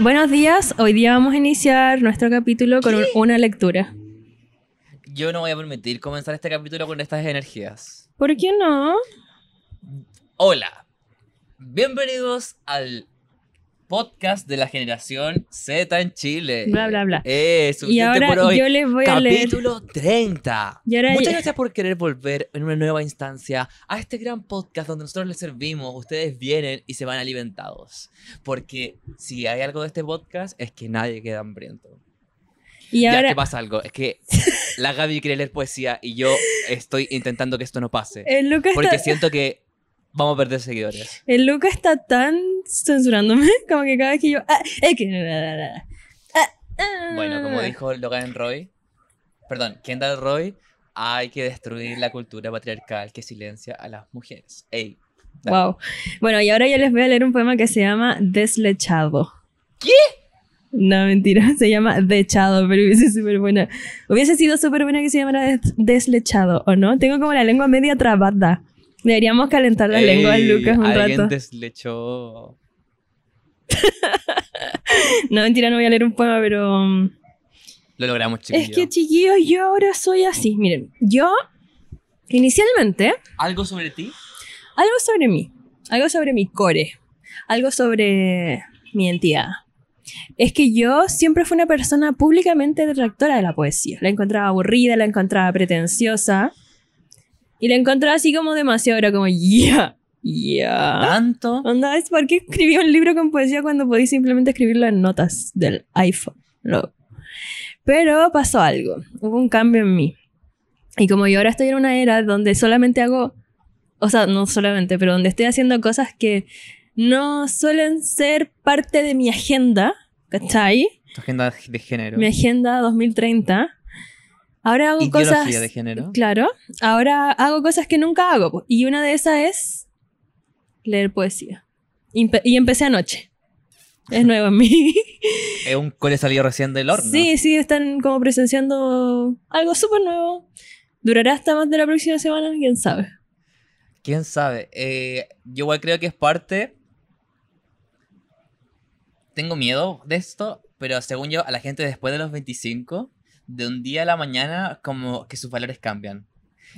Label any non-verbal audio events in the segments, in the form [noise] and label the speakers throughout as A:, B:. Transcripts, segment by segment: A: Buenos días, hoy día vamos a iniciar nuestro capítulo con un- una lectura.
B: Yo no voy a permitir comenzar este capítulo con estas energías.
A: ¿Por qué no?
B: Hola, bienvenidos al podcast de la generación Z en Chile.
A: Bla, bla, bla.
B: Eh, suficiente
A: Y ahora
B: por hoy.
A: yo les voy a leer.
B: Capítulo 30.
A: Y ahora-
B: Muchas gracias por querer volver en una nueva instancia a este gran podcast donde nosotros les servimos, ustedes vienen y se van alimentados. Porque si hay algo de este podcast es que nadie queda hambriento.
A: Y
B: Ya,
A: ahora
B: que pasa algo. Es que la Gaby quiere leer poesía y yo estoy intentando que esto no pase.
A: el Luca,
B: Porque
A: está,
B: siento que vamos a perder seguidores.
A: el Luca está tan censurándome [laughs] como que cada vez que yo. ah, es que- ah, ah.
B: Bueno, como dijo Logan Roy, perdón, Kendall Roy, hay que destruir la cultura patriarcal que silencia a las mujeres. Ey. dale.
A: Wow. Bueno, y ahora yo les voy a leer un poema que se llama Deslechado.
B: ¿Qué?
A: No, mentira, [laughs] se llama Dechado, pero hubiese súper buena. Hubiese sido súper buena que se llamara Des- Deslechado, ¿o no? Tengo como la lengua media trabada. Deberíamos calentar la lengua de
B: Ey,
A: Lucas un
B: Alguien
A: rato.
B: deslechó.
A: [laughs] No, mentira, no voy a leer un poema, pero... um,
B: Lo logramos, chicos.
A: Es que, chiquillos, yo ahora soy así. Miren, yo inicialmente
B: ¿Algo sobre ti?
A: algo sobre mí, algo sobre mi core, algo sobre mi entidad. Es que yo siempre fui una persona públicamente detractora de la poesía. La encontraba aburrida, la encontraba pretenciosa. Y la encontraba así como demasiado, era como, ya, ya.
B: ¿Tanto?
A: Onda, es ¿por qué escribí un libro con poesía cuando podí simplemente escribirlo en notas del iPhone? Lo- Pero pasó algo, hubo un cambio en mí. Y como yo ahora estoy en una era donde solamente hago, o sea, no solamente, pero donde estoy haciendo cosas que no suelen ser parte de mi agenda, ¿cachai?
B: Tu agenda de género.
A: Mi agenda 2030. Ahora hago
B: Ideología
A: cosas...
B: de género.
A: Claro, ahora hago cosas que nunca hago. po, Y una de esas es leer poesía. Impe- y empecé anoche. Es nuevo en
B: [laughs]
A: mí.
B: Es un cole salido recién del horno.
A: Sí, sí, están como presenciando algo súper nuevo. ¿Durará hasta más de la próxima semana? ¿Quién sabe?
B: ¿Quién sabe? Eh, yo igual creo que es parte... Tengo miedo de esto, pero según yo, a la gente después de los 25, de un día a la mañana, como que sus valores cambian.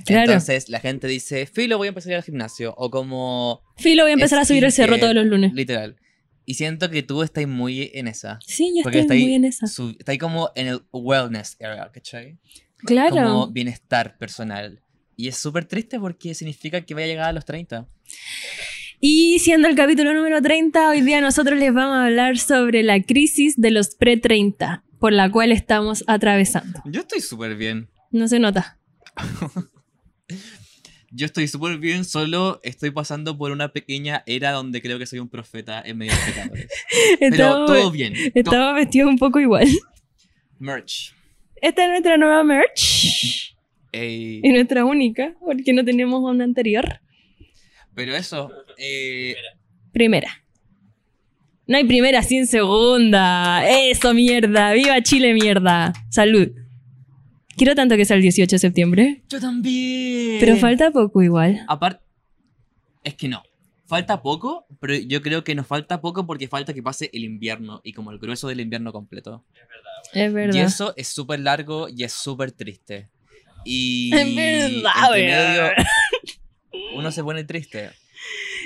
A: Claro.
B: Entonces la gente dice, Filo, voy a empezar a ir al gimnasio. O como,
A: Filo, voy a empezar
B: Es
A: a subir el cerro
B: que-
A: todos los lunes.
B: literal. Y siento que tú estás muy en esa.
A: Sí, yo
B: Porque
A: estoy
B: está ahí
A: muy en esa.
B: Su- estás como en el wellness area, ¿cachai?
A: Claro.
B: Como bienestar personal. Y es súper triste porque significa que vaya a llegar a los 30.
A: Y siendo el capítulo número 30, hoy día nosotros les vamos a hablar sobre la crisis de los pre-30, por la cual estamos atravesando.
B: Yo estoy súper bien.
A: No se nota.
B: Yo estoy súper bien, solo estoy pasando por una pequeña era donde creo que soy un profeta en medio de
A: [laughs]
B: pecadores. Pero
A: Estamos-
B: todo bien. To-
A: Estaba vestido un poco igual.
B: Merch.
A: Esta es nuestra nueva merch.
B: Ey,
A: Y nuestra única, porque no tenemos una anterior.
B: Pero eso. eh,
A: Primera. No hay primera sin segunda. Eso, mierda. Viva Chile, mierda. Salud. Quiero tanto que sea el 18 de septiembre.
B: yo también.
A: Pero falta poco igual.
B: Aparte. Es que no. Falta poco, pero yo creo que nos falta poco porque falta que pase el invierno y como el grueso del invierno completo.
A: Es
B: Y
A: verdad.
B: eso es súper largo y es súper triste. Y.
A: [laughs] Es verdad,
B: entre medio,
A: weón. [laughs]
B: Uno se pone triste.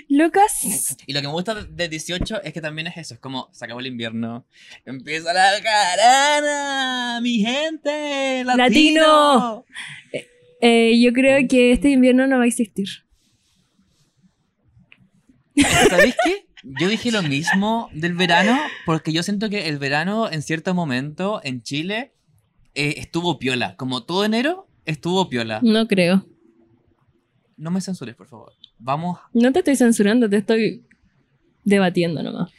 A: Lucas.
B: Y lo que me gusta de 18 es que también es eso, es como, se acabó el invierno, empieza la carana, mi gente,
A: Latino.
B: latino.
A: eh, yo creo que este invierno no va a existir.
B: ¿Sabéis qué? Yo dije lo mismo del verano, porque yo siento que el verano en cierto momento en Chile eh, estuvo piola, como todo enero estuvo piola.
A: No creo.
B: No me censures, por favor. Vamos,
A: No te estoy censurando, te estoy debatiendo nomás.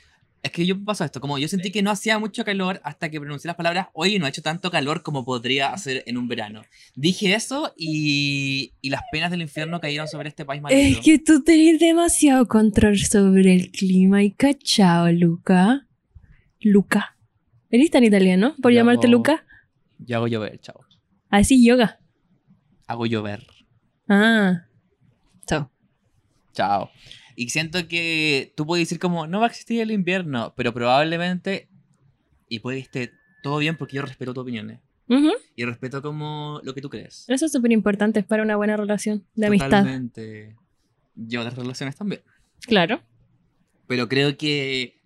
B: es que yo pasó esto, como yo sentí que no hacía mucho calor hasta que pronuncié las palabras, hoy no ha hecho tanto calor como podría hacer en un verano. Dije eso y, y las penas del infierno cayeron sobre este país
A: Es
B: maldito.
A: que tú tenés demasiado control sobre el clima y cachao, Luca. Luca. ¿Eres tan italiano por
B: Ya,
A: llamarte
B: po.
A: Luca?
B: Yo hago llover, chao.
A: Así yoga.
B: Hago llover.
A: Ah. So.
B: Chao. Y siento que tú puedes decir como, no va a existir el invierno, pero probablemente y puede que esté todo bien porque yo respeto tus opiniones.
A: Ujú.
B: Y respeto como lo que tú crees.
A: Eso es súper importante para una buena relación de amistad.
B: Totalmente. Yo las relaciones también.
A: Claro.
B: Pero creo que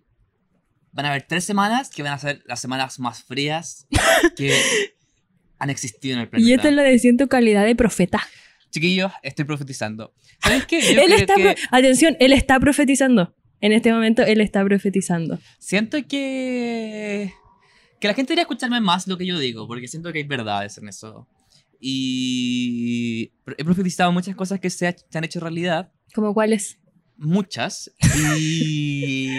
B: van a haber tres semanas que van a ser las semanas más frías
A: [laughs]
B: que han existido en el planeta.
A: Y esto es lo de siento calidad de profeta.
B: Chiquillos, estoy profetizando. ¿Sabes qué? Yo
A: [laughs] él
B: creo
A: está,
B: que
A: pro- atención, él está profetizando. En este momento él está profetizando.
B: siento que que la gente debería escucharme más lo que yo digo, porque siento que hay verdades en eso. Y pro- he profetizado muchas cosas que se, ha- se han hecho realidad,
A: ¿Como cuál es?
B: muchas,
A: [laughs]
B: y,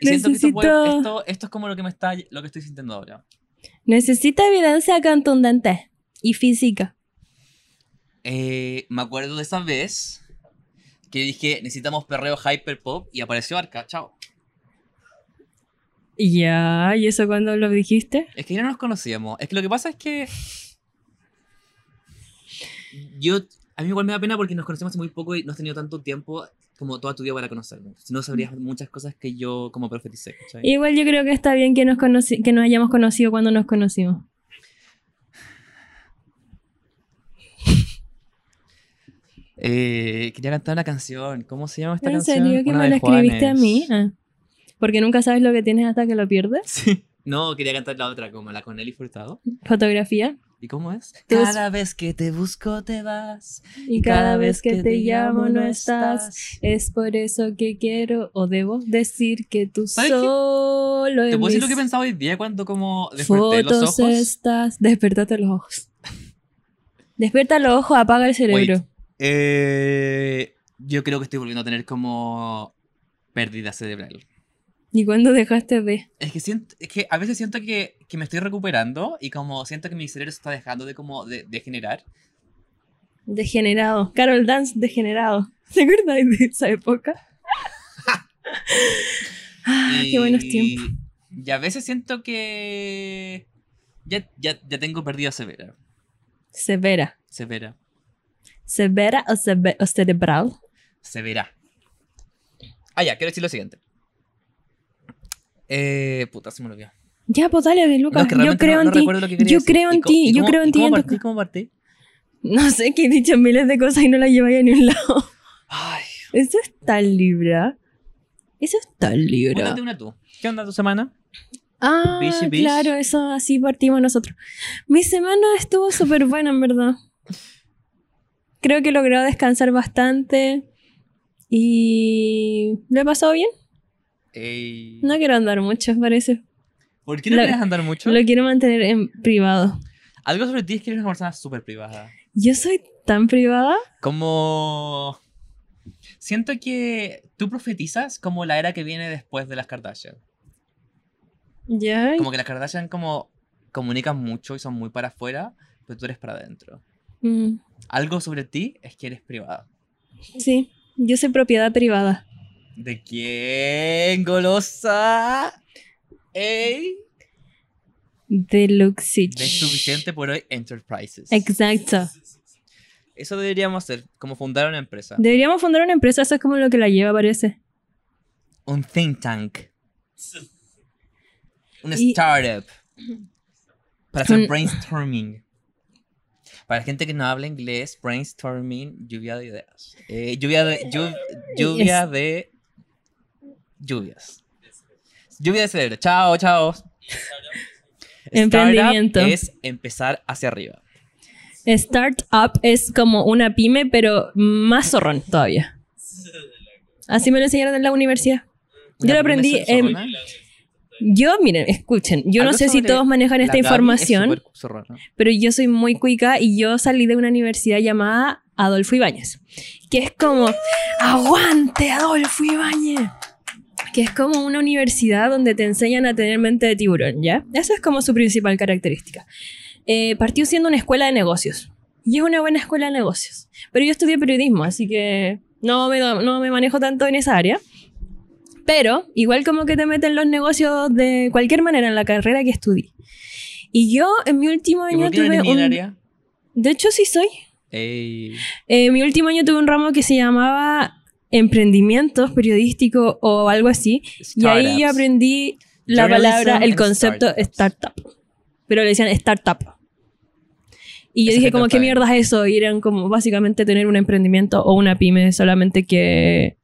B: y siento que esto, puede-
A: Necesito-
B: esto, esto es como lo que me está lo que estoy sintiendo ahora.
A: Necesita evidencia contundente y física.
B: Eh, me acuerdo de esa vez que dije, necesitamos perreo hyperpop y apareció Arca, chao.
A: Ya, ¿y eso cuando lo dijiste?
B: Es que ya no nos conocíamos. Es que lo que pasa es que... Yo... A mí igual me da pena porque nos conocemos hace muy poco y no has tenido tanto tiempo como toda tu vida para conocernos. Si no sabrías
A: Mm.
B: muchas cosas que yo como profeticé. ¿cachai?
A: Igual yo creo que está bien que nos, conoci- que nos hayamos conocido cuando nos conocimos.
B: Eh, quería cantar una canción. ¿Cómo se llama esta
A: ¿En
B: canción?
A: serio que
B: Una
A: me
B: de
A: lo escribiste a
B: Juanes.
A: mí? Ah. Porque nunca sabes lo que tienes hasta que lo pierdes.
B: [laughs] Sí. No, quería cantar la otra, como la con Eli Furtado.
A: Fotografía.
B: ¿Y cómo es?
A: Tú-
B: Cada vez que te busco te vas.
A: Y cada vez que te llamo no estás. Es por eso que quiero o debo decir que tú
B: ¿Sabes qué?
A: solo
B: Te
A: en
B: puedo decir lo
A: mis
B: que pensaba hoy día cuando como desperté los
A: fotos
B: ojos.
A: estás. Despertate los [laughs] ojos. Despierta los ojos, apaga el cerebro.
B: Eh, yo creo que estoy volviendo a tener como pérdida cerebral.
A: ¿Y cuando dejaste de?
B: Es que siento, es que a veces siento que, que me estoy recuperando y como siento que mi cerebro se está dejando de como de, de generar.
A: Degenerado. Carol Dance, degenerado. [laughs] ¿Te acuerdas de esa
B: [laughs]
A: época? ah,
B: Y-
A: qué buenos tiempos.
B: Y a veces siento que ya, ya, ya tengo pérdida severa.
A: Severa.
B: Severa.
A: Severa o, seve- o cerebral.
B: se verá. Ah, ya, quiero decir lo siguiente. Eh, puta, se me olvidó.
A: Ya, pues dale,
B: No,
A: Lucas.
B: es que
A: yo
B: realmente
A: creo
B: no-
A: en
B: no
A: ti.
B: recuerdo lo que quería
A: Yo
B: decir.
A: creo en
B: ¿Y co-
A: ti,
B: y
A: yo
B: cómo-
A: creo en
B: y
A: ti,
B: cómo
A: en tu
B: partí? ¿Cómo partí?
A: [laughs] No sé que he dicho miles de cosas y no las lleváis a ningún lado. [laughs]
B: Ay,
A: Eso es tan libra. Eso es tan libra.
B: una, una tú. ¿Qué onda tu semana?
A: Ah,
B: Bish y bish.
A: claro, eso así partimos nosotros. Mi semana estuvo súper buena, en verdad. Creo que logró descansar bastante y lo he pasado bien.
B: Ey.
A: No quiero andar mucho, parece.
B: ¿Por qué no
A: lo-
B: quieres andar mucho?
A: Lo quiero mantener en privado.
B: Algo sobre ti es que eres una persona súper privada.
A: Yo soy tan privada.
B: Como... Siento que tú profetizas como la era que viene después de las Kardashian.
A: Ya.
B: Como que las Kardashian como comunican mucho y son muy para afuera, pero tú eres para adentro.
A: Mm,
B: Algo sobre ti es que eres privada.
A: sí, yo soy propiedad privada.
B: ¿De quién, golosa? ¡Ey!
A: Deluxich.
B: De suficiente por hoy, Enterprises.
A: Exacto.
B: Eso deberíamos hacer, como fundar una empresa.
A: Deberíamos fundar una empresa, eso es como lo que la lleva, parece.
B: Un
A: [laughs]
B: think tank. Una
A: Y- [clears throat]
B: startup. Para hacer
A: Un-
B: brainstorming. Para la gente que no habla inglés, brainstorming, lluvia de ideas. Eh, lluvia de. llu- lluvia de. Lluvias. Lluvia de cerebro. Chao, chao.
A: [laughs] Emprendimiento.
B: Startup es empezar hacia arriba.
A: Startup es como una pyme, pero más zorrón todavía. Así me lo enseñaron en la universidad. Yo
B: Una
A: lo
B: pyme
A: aprendí
B: so-
A: en-
B: zorrona.
A: Yo, miren, escuchen, yo no
B: Algo
A: sé si
B: sobre
A: todos manejan
B: La
A: esta
B: Gaby es
A: información,
B: súper zorrona.
A: pero yo soy muy cuica y yo salí de una universidad llamada Adolfo Ibáñez, que es como, aguante Adolfo Ibáñez, que es como una universidad donde te enseñan a tener mente de tiburón, ¿ya? Esa es como su principal característica. Eh, partió siendo una escuela de negocios y es una buena escuela de negocios, pero yo estudié periodismo, así que no me, no me manejo tanto en esa área. Pero igual como que te meten los negocios de cualquier manera en la carrera que estudié. Y yo en mi último
B: ¿Y
A: año
B: por qué no
A: tuve
B: eres
A: un,
B: millonaria?
A: de hecho, sí soy.
B: Ey.
A: Eh, mi último año tuve un ramo que se llamaba emprendimientos periodístico o algo así. Y ahí yo
B: Startups.
A: aprendí la
B: Journalism
A: palabra, el
B: and
A: concepto
B: startups.
A: startup. Pero le decían startup. Y yo dije,
B: Esa gente
A: como,
B: no
A: ¿qué
B: sabe.
A: mierda es eso? Y eran como básicamente tener un emprendimiento o una pyme, solamente que...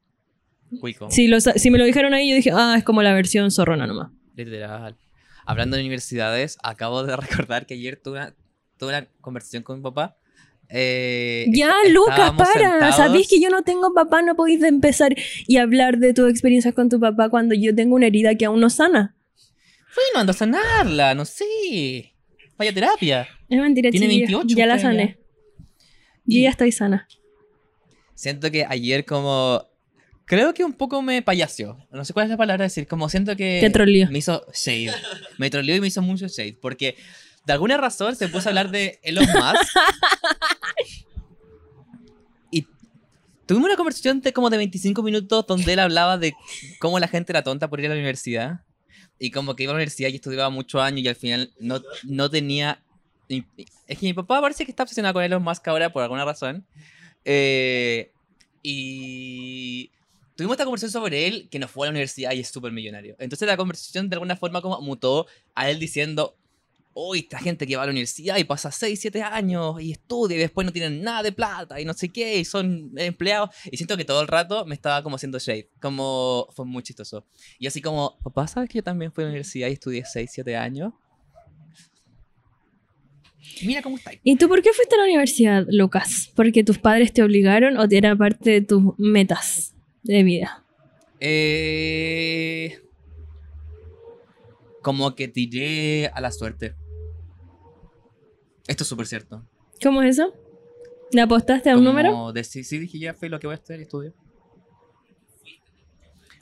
B: Cuico.
A: Si, lo sa- si me lo dijeron ahí, yo dije, ah, es como la versión zorrona nomás.
B: Literal. Hablando de universidades, acabo de [laughs] recordar que ayer tuve una, tuve una conversación con mi papá. Eh,
A: Ya,
B: est-
A: Lucas,
B: estábamos
A: para.
B: sentados-
A: Sabéis que yo no tengo papá, no podéis empezar y hablar de tus experiencias con tu papá cuando yo tengo una herida que aún no sana.
B: Bueno, anda a sanarla, no sé. Vaya terapia.
A: Es mentira,
B: Tiene
A: chiquillos.
B: 28
A: Ya la
B: usted, ya.
A: sané. Yo
B: Y-
A: ya estoy sana.
B: Siento que ayer como... Creo que un poco me payaseó. No sé cuál es la palabra decir. Como siento que...
A: Te troleó.
B: Me hizo shade. Me troleó y me hizo mucho shade. Porque de alguna razón se puso a hablar de Elon Musk. y tuvimos una conversación de como de 25 minutos donde él hablaba de cómo la gente era tonta por ir a la universidad. Y como que iba a la universidad y estudiaba muchos años y al final no, no tenía... y- y- Es que mi papá parece que está obsesionado con Elon Musk ahora por alguna razón. Eh, y tuvimos esta conversación sobre él que nos fue a la universidad y es súper millonario. Entonces la conversación de alguna forma como mutó a él diciendo, uy, esta gente que va a la universidad y pasa 6, 7 años y estudia y después no tienen nada de plata y no sé qué y son empleados. Y siento que todo el rato me estaba como haciendo shade, como fue muy chistoso. Y así como, papá, ¿sabes que yo también fui a la universidad y estudié 6, 7 años? Mira cómo está.
A: ¿Y tú por qué fuiste a la universidad, Lucas? ¿Porque tus padres te obligaron o era parte de tus metas de vida?
B: Eh, como que tiré a la suerte. Esto es súper cierto.
A: ¿Cómo es eso? ¿Le apostaste a un
B: Como
A: número?
B: de- sí, sí, dije ya fue lo que voy a estudiar y estudio.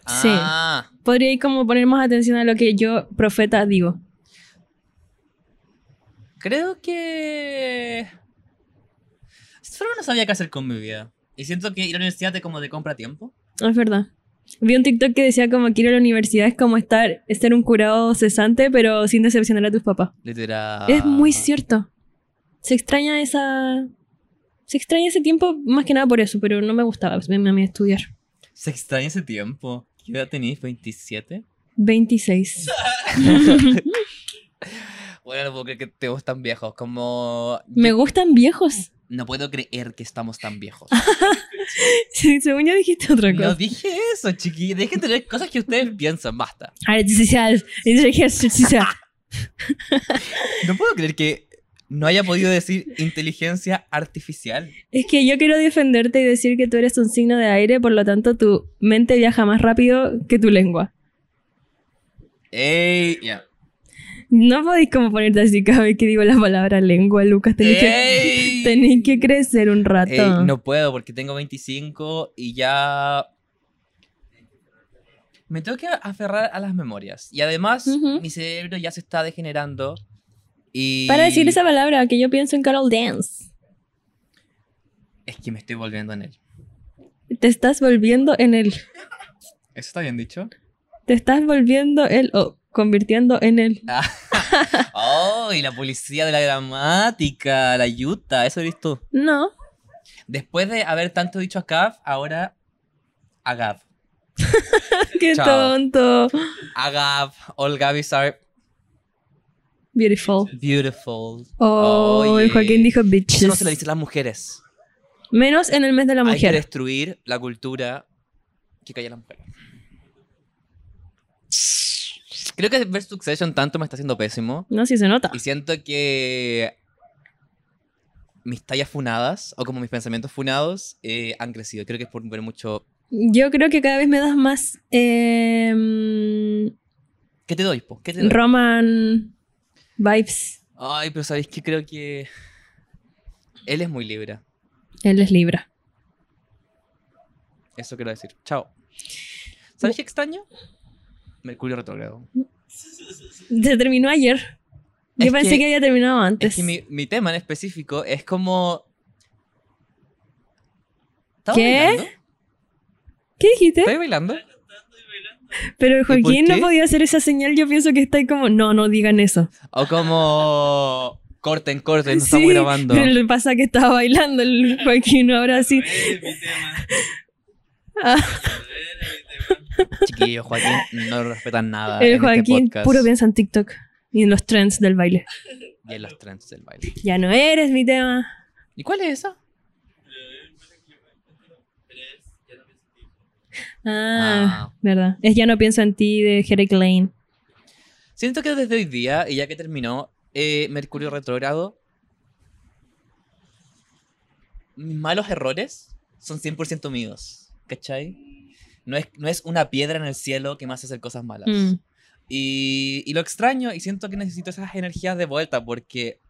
A: Sí.
B: Ah,
A: Podría ir como poner más atención a lo que yo, profeta, digo.
B: creo que... Solo no sabía qué hacer con mi vida. Y siento que ir a la universidad te como de compra tiempo.
A: Es verdad. Vi un TikTok que decía como que ir a la universidad es como estar, es ser un curado cesante, pero sin decepcionar a tus papás.
B: Literal.
A: Es muy cierto. Se extraña esa... Se extraña ese tiempo más que nada por eso, pero no me gustaba a mí a mí estudiar.
B: Se extraña ese tiempo. ¿Qué edad tenéis? ¿27?
A: 26.
B: Bueno, no puedo creer que te vos tan viejos. Como...
A: Me gustan viejos. [laughs]
B: No puedo creer que estamos tan viejos.
A: Sí, según yo dijiste otra
B: No
A: cosa.
B: dije eso, chiqui. Dejen de tener cosas que ustedes piensan, basta.
A: Artificial, artificial.
B: No puedo creer que no haya podido decir inteligencia artificial.
A: Es que yo quiero defenderte y decir que tú eres un signo de aire, por lo tanto tu mente viaja más rápido que tu lengua.
B: Ey, ya.
A: No podéis como ponerte así cada vez que digo la palabra lengua, Lucas. Tenéis que, [laughs]
B: Ey.
A: tenéis que crecer un rato.
B: Ey, no puedo porque tengo 25 y ya... Me tengo que aferrar a las memorias. Y además,
A: Ujú.
B: mi cerebro ya se está degenerando. Y...
A: Para decir esa palabra, que yo pienso en Carol Dance.
B: Es que me estoy volviendo en él.
A: Te estás volviendo en el...
B: ¿Eso está bien dicho?
A: Te estás volviendo el... O convirtiendo en el...
B: ¡Oh! Y la policía de la gramática, la yuta, eso eres tú.
A: No. [laughs]
B: Después de haber tanto dicho a Gav, ahora a Gav.
A: Qué
B: Chao.
A: tonto.
B: A Gav. All Gavis are
A: Beautiful.
B: beautiful.
A: Oh,
B: Oye,
A: Joaquín dijo bitches.
B: Eso no se lo dicen las mujeres.
A: Menos en el mes de la
B: Hay que
A: mujer.
B: destruir la cultura que calla a las mujeres. Creo que ver Succession tanto me está haciendo pésimo.
A: No, si se nota.
B: Y siento que mis tallas funadas, o como mis pensamientos funados, eh, han crecido. Creo que es por ver mucho...
A: Yo creo que cada vez me das más em,
B: ¿Qué te doy, po? ¿Qué te doy?
A: Roman vibes.
B: Ay, pero ¿sabéis que Creo que él es muy libre.
A: Él es Libra.
B: Eso quiero decir. Chao. ¿Sabéis qué extraño? Mercurio retrógrado.
A: Se terminó ayer. Yo
B: Es
A: pensé que,
B: que-
A: había terminado antes.
B: Es que mi, mi tema en específico es como... ¿Estaba
A: ¿Qué? ¿Eh?
B: bailando?
A: ¿Qué dijiste?
B: ¿Estoy bailando?
A: Pero
B: ¿Eh? por
A: Joaquín no
B: qué?
A: podía hacer esa señal. Yo pienso que está ahí como, no, no digan eso.
B: O como... Corten, corten, no
A: Sí, [laughs]
B: estamos grabando.
A: Pero le pasa que estaba bailando el Joaquín ahora sí.
C: A ver, mi tema.
A: [laughs] Ah.
C: A ver, mi tema.
B: Chiquillo, Joaquín, no lo respetan nada. en
A: El
B: este
A: Joaquín
B: podcast
A: puro piensa en TikTok y en los trends del baile.
B: Y en los trends del baile.
A: Ya no eres mi tema.
B: ¿Y cuál es esa?
A: Ah,
B: Ah.
A: verdad. Es Ya no pienso en ti de Jerry Lane.
B: Siento que desde hoy día, y ya que terminó eh, Mercurio retrógrado, mis malos errores son 100% míos, ¿cachai? No es, no es una piedra en el cielo que me hace hacer cosas malas.
A: Mm.
B: Y, y lo extraño, y siento que necesito esas energías de vuelta porque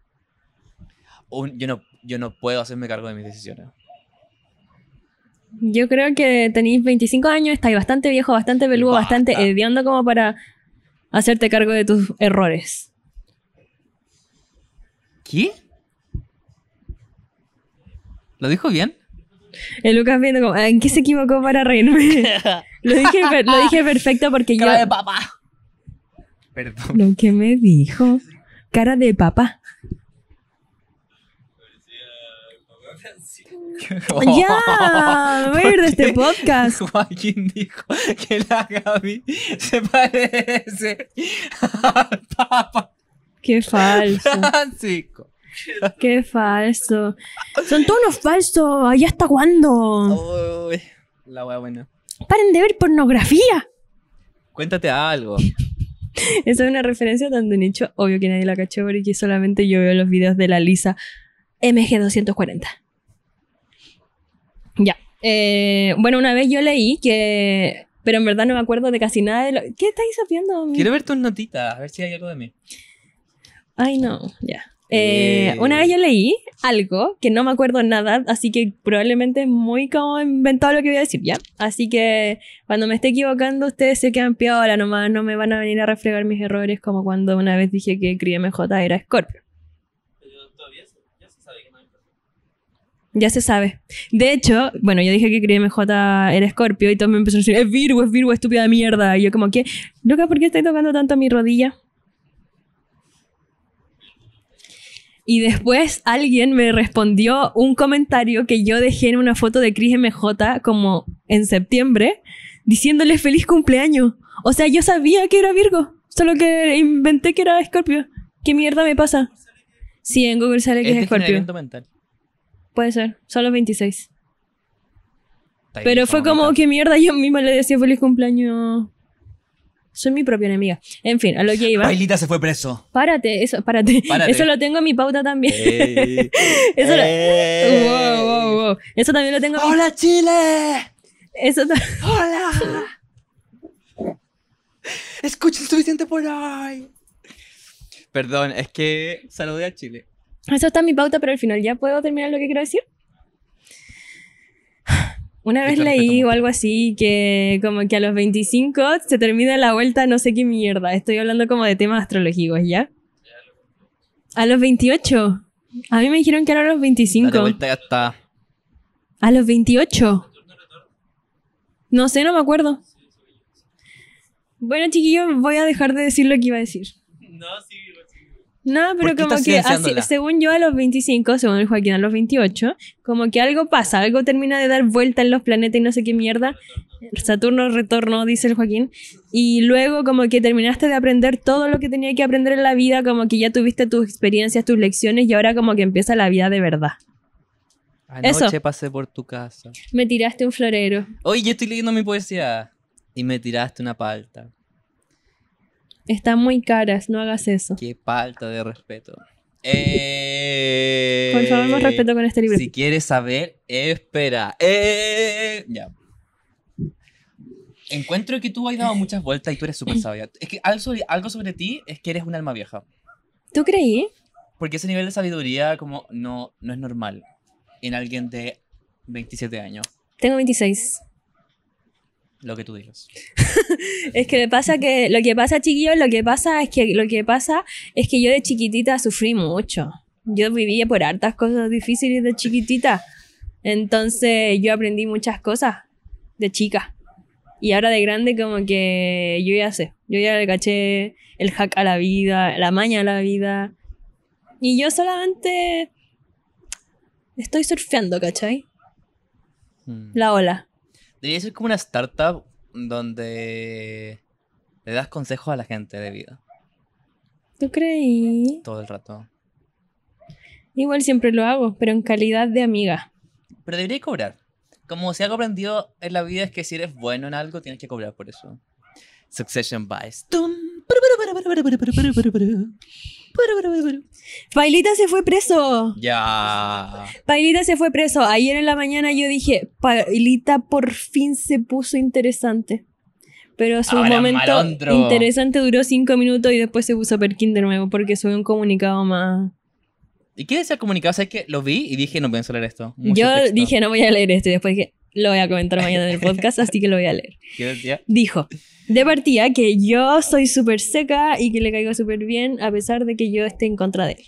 B: un- yo, no, yo no puedo hacerme cargo de mis decisiones.
A: Yo creo que tenéis 25 años, estáis bastante viejo, bastante peludo,
B: Basta.
A: bastante hediondo como para hacerte cargo de tus errores.
B: ¿Qué? ¿Lo dijo bien?
A: El Lucas viendo como, "Ah, ¿en qué se equivocó para
B: [laughs]
A: reírme? lo, dije, per- lo dije perfecto porque yo...
B: Cara de papá. Perdón.
A: Lo que me dijo. Cara de papá.
B: Oh. [laughs]
A: ¡Ya! Me voy a ir de este podcast.
B: Joaquín dijo que la Gaby se parece al Papa
A: Qué falso.
B: Francisco.
A: Qué falso. Son todos unos falsos. ¿Allá hasta cuándo?
B: Uy, la wea buena.
A: Paren de ver pornografía.
B: Cuéntate algo.
A: Esa es una referencia tan de nicho. Obvio que nadie la cachó porque solamente yo veo los videos de la Lisa MG240. Ya. Eh, bueno, una vez yo leí que... Pero en verdad no me acuerdo de casi nada de lo... ¿Qué estáis sabiendo? mi-
B: Quiero ver tus notitas, a ver si hay algo de mí.
A: Ay, no, ya. Eh,
B: Eh.
A: Una vez yo leí algo que no me acuerdo nada, así que probablemente es muy como inventado lo que voy a decir, ¿ya? Así que cuando me esté equivocando, ustedes se quedan piola nomás, no me van a venir a refregar mis errores como cuando una vez dije que CRIMJ era Scorpio. Ya se sabe. De hecho, bueno, yo dije que CRIMJ era Scorpio y todos me empezaron a decir, es Virgo, es Virgo, estúpida mierda. Y yo como que, loca, ¿por qué estáis tocando tanto mi rodilla? Y después alguien me respondió un comentario que yo dejé en una foto de Cris MJ como en septiembre, diciéndole feliz cumpleaños. O sea, yo sabía que era Virgo, solo que inventé que era Escorpio. ¿Qué mierda me pasa? Sí, en Google sale que es
B: Es
A: Escorpio.
B: degeneramiento mental.
A: Puede ser, solo 26.
B: Está ahí,
A: Pero fue como,
B: mental.
A: ¿qué mierda? Yo misma le decía feliz cumpleaños. Soy mi propia enemiga. En fin, a lo que iba.
B: Bailita se fue preso.
A: Párate, eso, párate.
B: Párate.
A: Eso lo tengo en mi pauta también.
B: Ey.
A: [laughs] Eso lo-
B: Ey.
A: Wow, wow, wow. Eso también lo tengo. en mi-
B: ¡Hola, Chile!
A: Eso ta- [laughs]
B: ¡Hola! Escuchen suficiente por ahí. Perdón, es que saludé a Chile.
A: Eso está en mi pauta, pero al final ya puedo terminar lo que quiero decir. [sighs] Una
B: Sí,
A: vez
B: te respeto
A: leí o
B: mucho.
A: algo así que como que a los 25 se termina la vuelta no sé qué mierda. Estoy hablando como de temas astrológicos, ¿ya? A los 28. A mí me dijeron que era a los
B: Date
A: 25.
B: vuelta ya está.
A: A los 28. No sé, no me acuerdo. Bueno, chiquillos, voy a dejar de decir lo que iba a decir. No,
B: ¿Por
A: pero
B: qué
A: como
B: estás
A: que así-
B: silenciándola?
A: según yo a los 25, según el Joaquín a los 28, como que algo pasa, algo termina de dar vuelta en los planetas y no sé qué mierda. Saturno retorno, dice el Joaquín. Y luego como que terminaste de aprender todo lo que tenía que aprender en la vida, como que ya tuviste tus experiencias, tus lecciones y ahora como que empieza la vida de verdad.
B: Anoche
A: Eso.
B: pasé por tu casa.
A: Me tiraste un florero.
B: Oye, yo estoy leyendo mi poesía. Y me tiraste una palta.
A: Están muy caras, no hagas eso.
B: Qué falta de respeto. Eh,
A: Por favor, más respeto con este libro.
B: Si quieres saber, espera. Eh, ya. Encuentro que tú has dado muchas vueltas y tú
A: [clears throat]
B: eres súper sabia. Es que algo sobre, algo sobre ti es que eres un alma vieja.
A: ¿Tú creí?
B: Porque ese nivel de sabiduría como no, no es normal en alguien de 27 años,
A: Tengo 26.
B: lo que tú digas.
A: Es que me pasa que lo que pasa, chiquillos, lo que pasa es que lo que pasa es que yo de chiquitita sufrí mucho. Yo vivía por hartas cosas difíciles de chiquitita. Entonces yo aprendí muchas cosas de chica. Y ahora de grande como que yo ya sé, yo ya le caché el hack a la vida, la maña a la vida. Y yo solamente estoy surfeando, ¿cachai?
B: Hmm.
A: La ola.
B: Debería ser como una startup donde le das consejos a la gente de vida
A: ¿Tú creí?
B: todo el rato.
A: Igual siempre lo hago, pero en calidad de amiga.
B: Pero debería cobrar. Como si algo aprendido en la vida es que si eres bueno en algo, tienes que cobrar por eso. Succession Bias. Tum, puru, puru, puru, puru, puru, puru, puru, puru. Puru, puru, puru, puru.
A: Pailita se fue preso.
B: Ya.
A: Pailita se fue preso. Ayer en la mañana yo dije, Pailita por fin se puso interesante. Pero su
B: Ahora,
A: momento
B: malandro.
A: interesante duró cinco minutos y después se puso Perkin de nuevo porque subió un comunicado más.
B: ¿Y qué decía el comunicado? ¿Sabes que Lo vi y dije, no pienso leer esto. Mucho
A: Yo
B: texto.
A: dije, no voy a leer esto y después dije, lo voy a comentar mañana en el podcast, así que lo voy a leer.
B: ¿Qué decía?
A: Dijo, de partida, que yo soy súper seca y que le caigo súper bien a pesar de que yo esté en contra de él.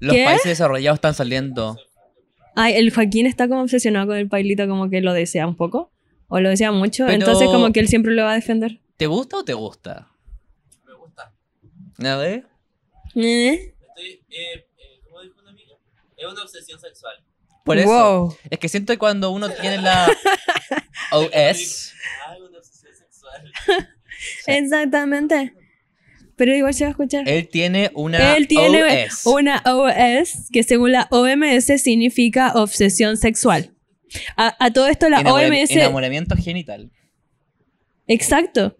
B: Los
A: ¿Qué?
B: países desarrollados están saliendo.
A: Ay, el Joaquín está como obsesionado con el Pailita, como que lo desea un poco. O lo desea mucho.
B: Pero-
A: Entonces, como que él siempre lo va a defender.
B: ¿Te gusta o te gusta? Me gusta. A ver.
A: ¿Eh?
C: Estoy, eh, eh, ¿cómo dijo una amiga? Es una obsesión sexual.
B: Por eso.
A: Wow.
B: Es que siento que cuando uno tiene [laughs] la OS.
C: Ah, es una obsesión sexual.
A: Exactamente. Pero igual se va a escuchar.
B: Él tiene una
A: él tiene
B: OS.
A: una OS que según la OMS significa obsesión sexual. A, a todo esto la
B: Enamora-
A: OMS...
B: Enamoramiento genital.
A: Exacto.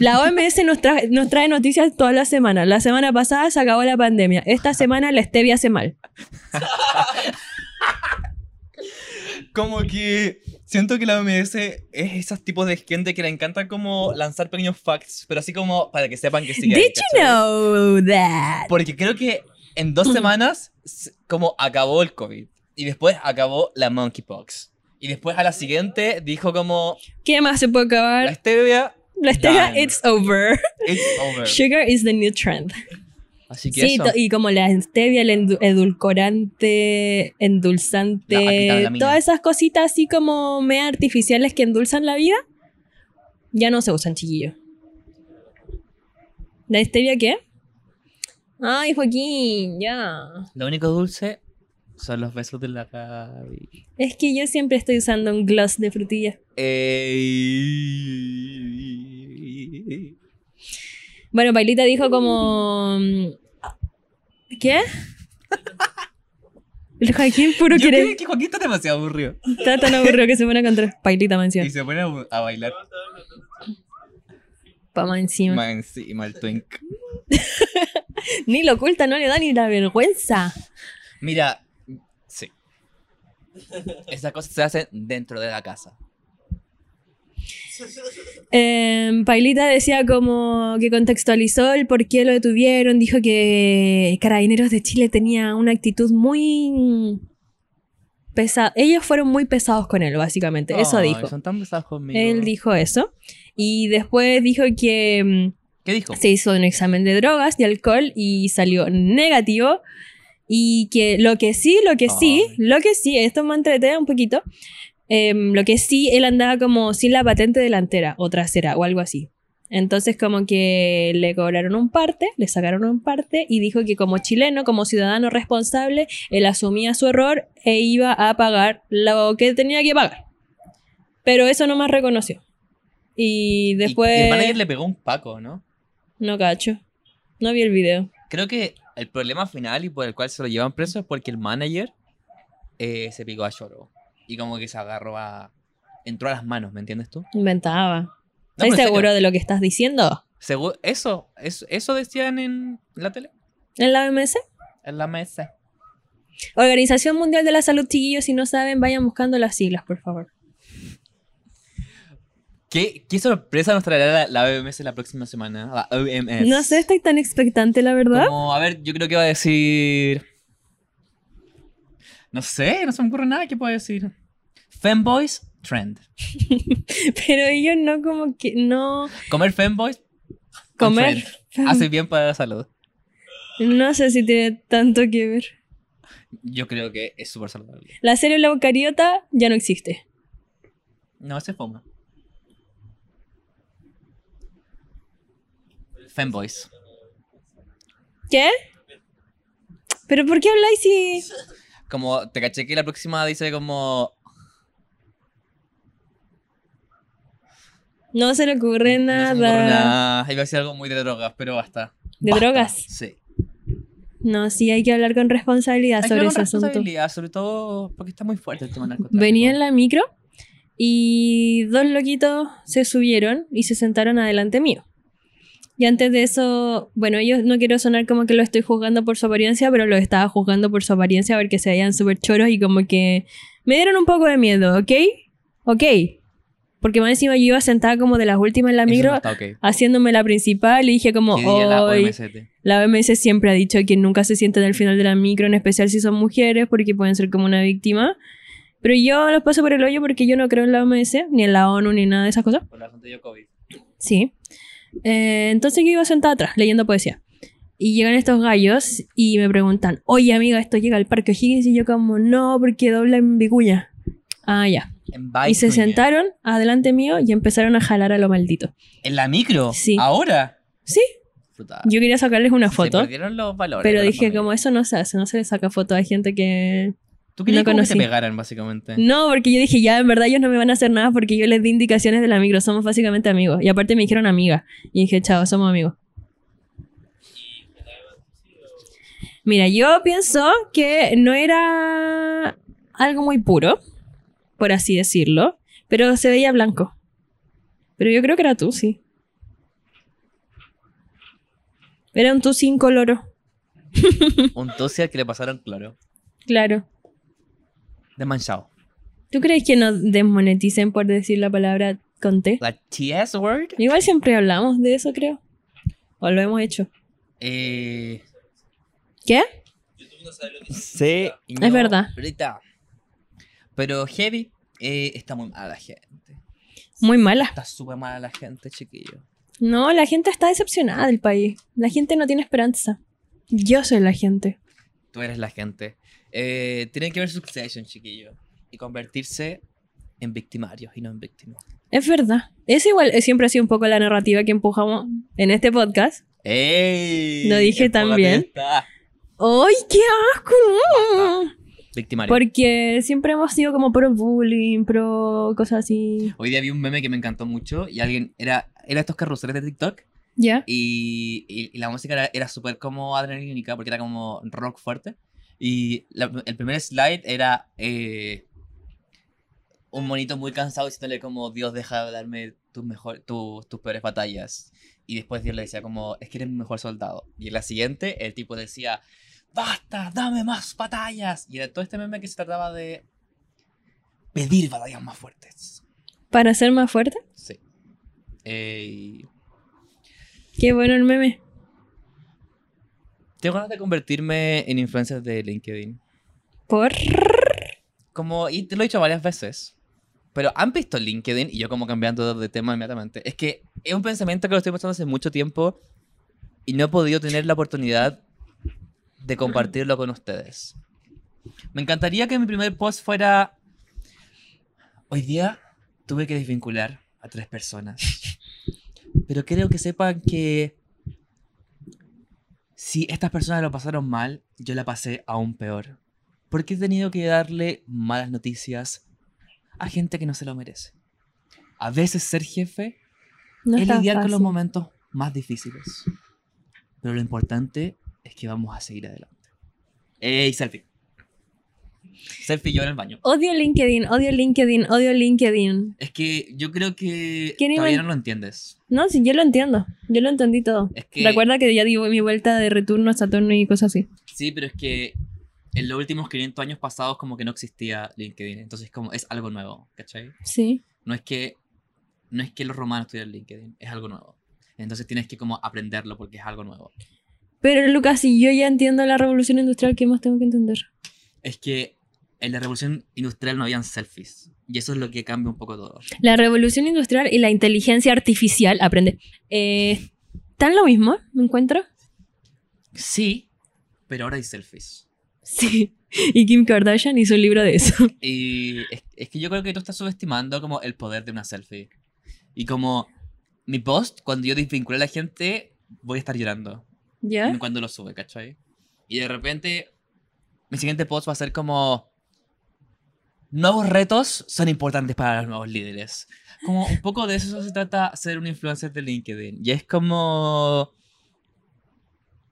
A: La OMS nos, tra- nos trae noticias toda la semana. La semana pasada se acabó la pandemia. Esta semana la stevia hace mal.
B: Como que siento que la OMS es esos tipos de gente que le encanta como lanzar pequeños facts, pero así como para que sepan que sigue ahí,
A: Did you
B: ¿cachai?
A: know Mm. that?
B: Porque creo que en dos semanas s- como acabó el COVID y después acabó la monkeypox. Y después a la siguiente dijo como
A: ¿Qué más se puede
B: la
A: acabar?
B: stevia
A: La stevia,
B: Dime.
A: it's over.
B: it's over.
A: Sugar is the new trend.
B: Así que
A: Sí,
B: eso.
A: to- y como la stevia, el endu- edulcorante,
B: La apitana,
A: endulzante,
B: la mina.
A: todas esas cositas así como mea artificiales que endulzan la vida, ya no se usan, chiquillo. ¿La stevia qué? Ay, Joaquín, ya.
B: Lo único dulce son los besos de la Gaby.
A: Es que yo siempre estoy usando un gloss de frutilla.
B: Ey.
A: Bueno, Pailita dijo como... mm, ¿Qué? El Joaquín puro
B: Yo
A: quiere...
B: creo que Joaquín está demasiado aburrido.
A: Está tan aburrido que se pone a contar. Pailita mansión.
B: Y se pone a, bu- a bailar
A: Pama encima.
B: más encima el twink.
A: Ni lo oculta, no le da ni la vergüenza.
B: Mira, sí. Esas cosas se hacen dentro de la casa.
A: Em, Pailita decía como que contextualizó el por qué lo detuvieron. Dijo que Carabineros de Chile tenía una actitud muy pesada. Ellos fueron muy pesados con él, básicamente. Eso
B: Ay,
A: dijo.
B: Son tan pesados conmigo.
A: Él dijo eso. Y después dijo que mm,
B: ¿Qué dijo?
A: se hizo un examen de drogas, de alcohol y salió negativo. Y que lo que sí, lo que sí,
B: Ay.
A: lo que sí, esto me entretea un poquito. em, lo que sí, él andaba como sin la patente delantera o trasera o algo así. Entonces como que le cobraron un parte, le sacaron un parte y dijo que como chileno, como ciudadano responsable, él asumía su error e iba a pagar lo que tenía que pagar. Pero eso no más reconoció. Y
B: Y-
A: después...
B: y el manager le pegó un paco, ¿no?
A: No cacho. No vi el video.
B: Creo que el problema final y por el cual se lo llevan preso es porque el manager eh, se picó a lloro. Y como que se agarró a. Entró a las manos, ¿me entiendes tú?
A: Inventaba.
B: No,
A: ¿Estás
B: pero en serio.
A: seguro de lo que estás diciendo?
B: Segu- eso, eso, eso decían en la tele,
A: ¿En la OMS?
B: en la mesa.
A: Organización Mundial de la Salud, chiquillos, si no saben, vayan buscando las siglas, por favor.
B: ¿Qué, qué sorpresa nos traerá la, la OMS la próxima semana? La OMS.
A: No sé, estoy tan expectante, la verdad.
B: Como, a ver, yo creo que va a decir. No sé, no se me ocurre nada que pueda decir. Femboys, trend.
A: [laughs] Pero ellos no como que... No...
B: Comer femboys. un
A: Comer
B: trend. Hace bien para la salud.
A: No sé si tiene tanto que ver.
B: Yo creo que es súper saludable.
A: La célula eucariota ya no existe.
B: No, ese es foma. Femboys.
A: ¿Qué? ¿Pero por qué habláis si...?
B: Como te caché que la próxima dice como.
A: No se le ocurre nada.
B: No se me ocurre nada. Iba a decir algo muy de drogas, pero basta.
A: ¿De
B: Basta.
A: drogas?
B: Sí.
A: No, sí, hay que hablar con responsabilidad
B: Hay que
A: Ah, sobre
B: hablar
A: ese
B: con
A: asunto.
B: responsabilidad, sobre todo porque está muy fuerte el tema narcotráfico.
A: Venía en la micro y dos loquitos se subieron y se sentaron adelante mío. Y antes de eso, bueno, yo no quiero sonar como que lo estoy juzgando por su apariencia, pero lo estaba juzgando por su apariencia porque se veían súper choros y como que me dieron un poco de miedo, ¿ok? ¿Ok? Porque más encima yo iba sentada como de las últimas en la
B: Eso
A: micro,
B: no está ok. ¿Qué
A: haciéndome la principal y dije como,
B: diría la
A: hoy
B: OMST?
A: la OMS siempre ha dicho que nunca se sienten al final de la micro, en especial si son mujeres, porque pueden ser como una víctima. Pero yo los paso por el hoyo porque yo no creo en la OMS, ni en la ONU, ni nada de esas cosas.
B: Por la gente dio COVID.
A: Sí. Eh, entonces yo iba sentada atrás, leyendo poesía. Y llegan estos gallos y me preguntan, oye amiga, esto llega al Parque O'Higgins. Y yo como, no, porque dobla en Vicuña. Ah, ya.
B: En Vicuña.
A: y se sentaron adelante mío y empezaron a jalar a lo maldito.
B: ¿En la micro?
A: Sí.
B: ¿Ahora?
A: Sí,
B: Puta.
A: yo quería sacarles una foto.
B: Se perdieron los valores.
A: Pero
B: de la
A: dije,
B: familia.
A: como eso no se hace, no se le saca foto a gente que...
B: Tú querías
A: no
B: como que te
A: conocí.
B: pegaran, básicamente.
A: No, porque yo dije, ya, en verdad ellos no me van a hacer nada porque yo les di indicaciones de la micro, somos básicamente amigos. Y aparte me dijeron amiga. Y dije, chao, somos amigos. Mira, yo pienso que no era algo muy puro, por así decirlo, pero se veía blanco. Pero yo creo que era tú, sí. Era un tú sin coloro,
B: Un tosi al que le pasaron claro.
A: claro.
B: De manchado.
A: ¿Tú crees que nos desmoneticen por decir la palabra con T?
B: La TS word.
A: Igual siempre hablamos de eso, creo. O lo hemos hecho.
B: Eh,
A: ¿Qué?
C: YouTube no sabe lo que
B: sí.
A: Es verdad.
B: Ahorita. Pero heavy eh, está muy mala la gente.
A: Muy mala.
B: Está súper mala la gente, chiquillo.
A: No, la gente está decepcionada del país. La gente no tiene esperanza. Yo soy la gente.
B: Tú eres la gente. Eh, tienen que ver Succession, chiquillo. Y convertirse en victimarios y no en víctimas.
A: Es verdad. Es igual, eh, siempre ha sido un poco la narrativa que empujamos en este podcast.
B: ¡Ey!
A: Lo dije
B: Enfócate
A: también.
B: en esta.
A: ¡Ay, qué asco! no!
B: Victimario.
A: Porque siempre hemos sido como pro bullying, pro cosas así.
B: Hoy día vi un meme que me encantó mucho y alguien era, era estos carruseles de TikTok
A: ¿Ya?
B: y, y- y la música era, era súper como adrenalínica porque era como rock fuerte y la- el primer slide era eh, un monito muy cansado diciéndole como Dios deja de darme tus mejor, tu- tus peores batallas y después Dios le decía como es que eres mi mejor soldado y en la siguiente el tipo decía basta dame más batallas y era todo este meme que se trataba de pedir batallas más fuertes
A: ¿Para ser más fuerte?
B: Sí. Eh,
A: Qué bueno el meme.
B: tengo ganas de convertirme en influencer de LinkedIn.
A: Por...
B: Como, y te lo he dicho varias veces, pero han visto LinkedIn, y yo como cambiando de tema inmediatamente, es que es un pensamiento que lo estoy mostrando hace mucho tiempo y no he podido tener la oportunidad de compartirlo con ustedes. Me encantaría que mi primer post fuera, hoy día tuve que desvincular a tres personas, pero creo que sepan que si estas personas lo pasaron mal, yo la pasé aún peor. Porque he tenido que darle malas noticias a gente que no se lo merece. A veces ser jefe
A: No
B: es
A: está
B: lidiar con los
A: fácil.
B: momentos más difíciles. Pero lo importante es que vamos a seguir adelante. ¡Ey, selfie! Selfie yo en el baño.
A: Odio LinkedIn, odio LinkedIn, odio LinkedIn.
B: Es que yo creo que
A: ¿Quién iba
B: todavía
A: en-
B: no lo entiendes.
A: No, sí, yo lo entiendo. Yo lo entendí todo.
B: Es que-
A: Recuerda que ya di mi vuelta de retorno a Saturno y cosas así.
B: Sí, pero es que en los últimos 500 años pasados como que no existía LinkedIn. Entonces como es algo nuevo, ¿cachai?
A: Sí.
B: no es que no es que los romanos tuvieran LinkedIn, es algo nuevo. Entonces tienes que como aprenderlo porque es algo nuevo.
A: Pero Lucas, si yo ya entiendo la revolución industrial, ¿qué más tengo que entender?
B: Es que en la revolución industrial no habían selfies y eso es lo que cambia un poco todo.
A: La revolución industrial y la inteligencia artificial, aprende. Eh, ¿Están lo mismo? ¿Me encuentro? [laughs]
B: Sí, pero ahora hay selfies.
A: Sí. Y Kim Kardashian hizo un libro de eso.
B: Y es, es que yo creo que tú estás subestimando como el poder de una selfie. Y como mi post, cuando yo desvinculé a la gente, voy a estar llorando.
A: [laughs] ¿Ya?
B: cuando lo sube, ¿cachai? Y de repente, mi siguiente post va a ser como, Nuevos retos son importantes para los nuevos líderes. Como un poco de eso se trata ser un influencer de LinkedIn. Y es como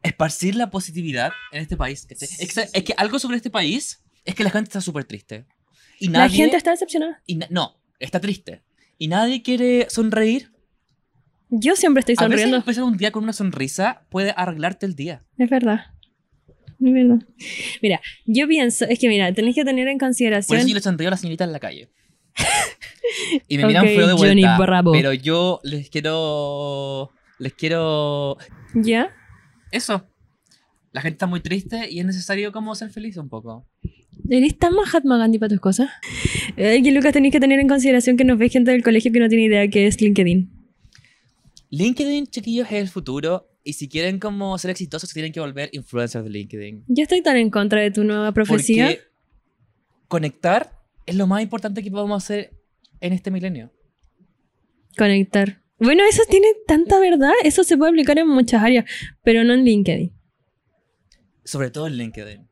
B: esparcir la positividad en este país. ¿cachai? Es que, es que algo sobre este país es que la gente está súper triste. Y
A: La
B: nadie-
A: gente está decepcionada.
B: y na- no, está triste. Y nadie quiere sonreír.
A: Yo siempre estoy
B: A veces
A: sonriendo.
B: empezar un día con una sonrisa puede arreglarte el día.
A: Es verdad. Es verdad. Mira, yo pienso, es que mira, tenés que tener en
B: Por
A: consideración.
B: eso yo le sonrío a la señorita en la calle. [laughs] Y me miran
A: Ok,
B: feo de
A: Johnny
B: vuelta.
A: Bravo.
B: Pero yo les quiero. Les quiero.
A: ¿Ya?
B: Eso. La gente está muy triste y es necesario como ser feliz un poco.
A: ¿Eres tan Mahatma Gandhi para tus cosas? Ay, que Lucas, tenéis que tener en consideración que nos ve gente del colegio que no tiene idea qué es LinkedIn.
B: LinkedIn, chiquillos, es el futuro. Y si quieren como ser exitosos, se tienen que volver influencers de LinkedIn.
A: Yo estoy tan en contra de tu nueva profecía.
B: Porque conectar es lo más importante que podemos hacer en este milenio.
A: Conectar. Bueno, eso tiene tanta verdad. Eso se puede aplicar en muchas áreas, pero no en LinkedIn.
B: Sobre todo en LinkedIn.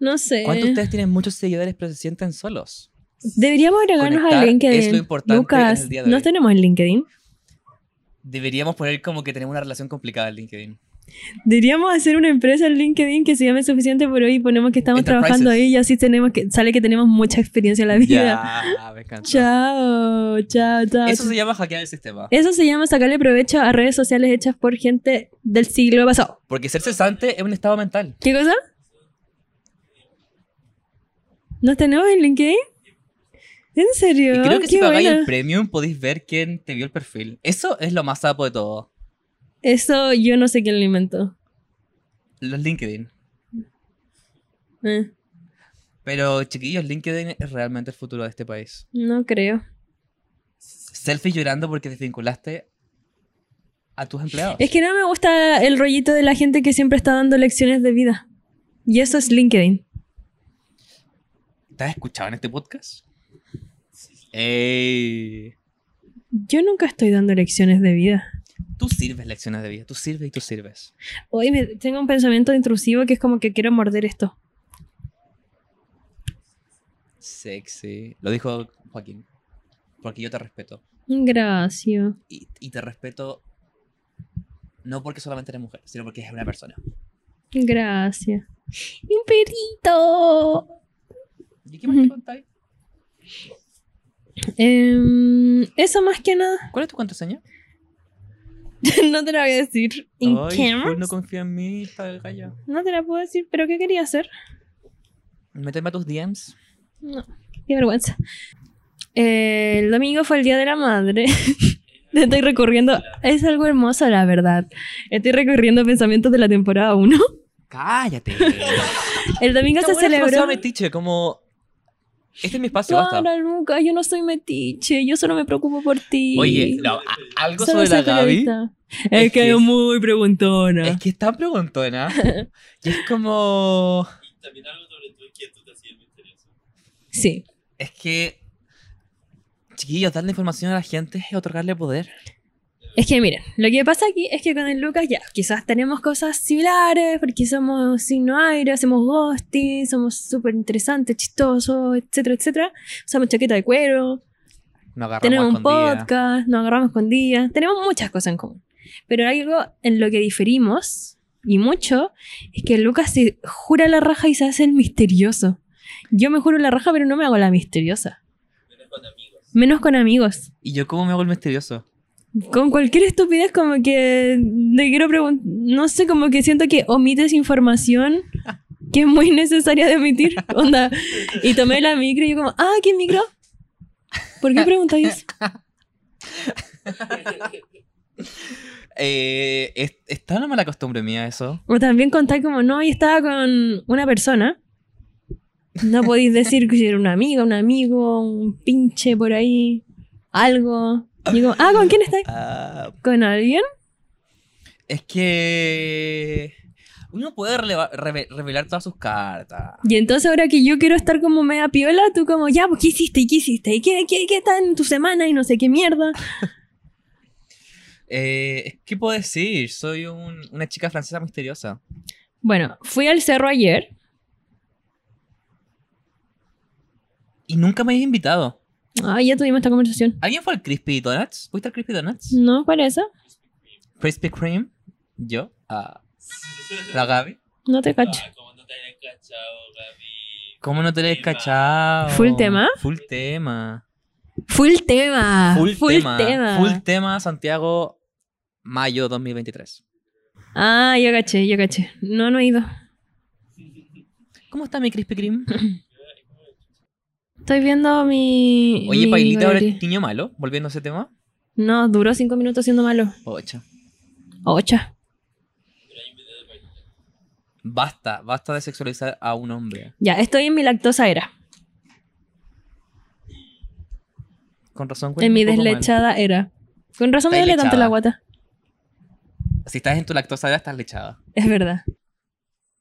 A: No sé.
B: ¿Cuántos de ustedes tienen muchos seguidores pero se sienten solos?
A: Deberíamos agregarnos a
B: Conectar
A: LinkedIn.
B: es lo importante en
A: Lucas,
B: el día de
A: ¿no
B: hoy.
A: tenemos en LinkedIn?
B: Deberíamos poner como que tenemos una relación complicada en LinkedIn.
A: Deberíamos hacer una empresa en LinkedIn que se llame Suficiente por hoy y ponemos que estamos
B: Enterprises.
A: trabajando ahí y así tenemos que, sale que tenemos mucha experiencia en la vida.
B: Ya, me encanta.
A: Chao, chao, chao.
B: Eso
A: chao.
B: se llama hackear el sistema.
A: Eso se llama sacarle provecho a redes sociales hechas por gente del siglo pasado.
B: Porque ser cesante es un estado mental.
A: ¿Qué cosa? ¿Nos tenemos en LinkedIn? ¿En serio?
B: Y creo que si
A: Ah, Qué
B: pagáis
A: buena.
B: el premium podéis ver quién te vio el perfil. Eso es lo más sapo de todo.
A: Eso yo no sé quién lo inventó.
B: Los LinkedIn.
A: Eh,
B: Pero chiquillos, LinkedIn es realmente el futuro de este país.
A: no creo.
B: Selfie llorando porque desvinculaste a tus empleados.
A: Es que no me gusta el rollito de la gente que siempre está dando lecciones de vida. Y eso es LinkedIn.
B: ¿Te has escuchado en este podcast? Ey.
A: Yo nunca estoy dando lecciones de vida.
B: Tú sirves lecciones de vida. Tú sirves y tú sirves.
A: Hoy me, tengo un pensamiento intrusivo que es como que quiero morder esto.
B: Sexy. Lo dijo Joaquín. Porque yo te respeto.
A: Gracias.
B: y, y te respeto no porque solamente eres mujer, sino porque es una persona.
A: Gracias. Y un perrito.
B: ¿Y qué más te
A: Ujú.
B: contáis?
A: Em, eso más que nada. [laughs]
B: ¿Cuál es tu contraseña?
A: no te la voy a decir. ¿En cámaras?
B: pues no confía en mí, está calla.
A: No te la puedo decir, pero ¿qué quería hacer?
B: Méteme a tus DMs.
A: No, qué vergüenza. Eh, el domingo fue el Día de la Madre. [laughs] Estoy recorriendo. Es algo hermoso, la verdad. Estoy recorriendo pensamientos de la temporada 1.
B: [laughs] ¡Cállate!
A: [laughs] El domingo se celebró.
B: metiche, como... Este es mi espacio, basta.
A: Para, Luca, yo no soy metiche. Yo solo me preocupo por ti.
B: Oye, no, a- algo
A: Solo
B: sobre la
A: soy
B: Gaby
A: periodista. Es,
B: es
A: que
B: que
A: es
B: es-
A: muy preguntona.
B: es que es tan
A: [laughs]
B: preguntona. y es como...
C: Y también algo sobre tu inquietud así de misterioso.
A: Sí.
B: Es que... Chiquillos, darle información a la gente es otorgarle poder.
A: Es que miren, lo que pasa aquí es que con el Lucas ya, quizás tenemos cosas similares, porque somos signo aire, hacemos ghosting, somos súper interesantes, chistosos, etcétera, etcétera. Usamos chaqueta de cuero,
B: No agarramos
A: tenemos un
B: escondidas.
A: podcast, nos agarramos escondidas, tenemos muchas cosas en común. Pero algo en lo que diferimos, y mucho, es que el Lucas se jura la raja y se hace el misterioso. Yo me juro la raja, pero no me hago la misteriosa.
C: Menos con amigos.
A: Menos con amigos.
B: ¿Y yo cómo me hago el misterioso?
A: Con cualquier estupidez como que le quiero preguntar, no sé, como que siento que omites información que es muy necesaria de omitir. [laughs] Onda, y tomé la micro y yo como, ah, ¿qué micro? ¿Por qué preguntáis eso?
B: Eh, es- está una mala costumbre mía eso.
A: O también contáis como, no, y estaba con una persona. No podéis decir que si era una amiga, un amigo, un pinche por ahí, algo. Y yo como, ah, ¿con quién estáis? ¿Con alguien?
B: Ah, es que uno puede releva- reve- revelar todas sus cartas.
A: Y entonces ahora que yo quiero estar como media piola, tú como, ya, pues, ¿qué hiciste? ¿Y qué hiciste? ¿Y qué, qué, qué está en tu semana? Y no sé qué mierda.
B: Eh, ¿Qué puedo decir? Soy un- una chica francesa misteriosa.
A: Bueno, fui al cerro ayer.
B: y nunca me habéis invitado.
A: Ay, Ah, ya tuvimos esta conversación.
B: ¿Alguien fue al Crispy Donuts? ¿Fuiste al Crispy Donuts?
A: ¿No? ¿Cuál es esa?
B: Krispy Kreme, yo, ah, la Gaby.
A: No te cacho.
C: Ah, ¿Cómo no te hayan cachado, Gaby?
B: ¿Cómo no te lo has
C: Tema.
B: cachado?
A: ¿Full tema?
B: Full tema.
A: Full tema.
B: Full, tema.
A: tema.
B: Full tema Santiago, mayo 2023.
A: Ah, yo caché, yo caché. No, no he ido.
B: ¿Cómo está mi Krispy Kreme?
A: Estoy viendo [laughs] mi.
B: Oye,
A: mi
B: Pailita ahora
A: galería.
B: es niño malo, volviendo a ese tema.
A: No, duró cinco minutos siendo malo.
B: Ocho.
A: Ocho.
B: Basta, basta de sexualizar a un hombre.
A: Ya, estoy en mi lactosa era.
B: Con razón, güey,
A: En mi
B: un poco mal.
A: deslechada era. Con razón me
B: Está
A: duele tanto
B: deslechada.
A: la guata.
B: Si estás en tu lactosa, ya estás lechada.
A: Es verdad.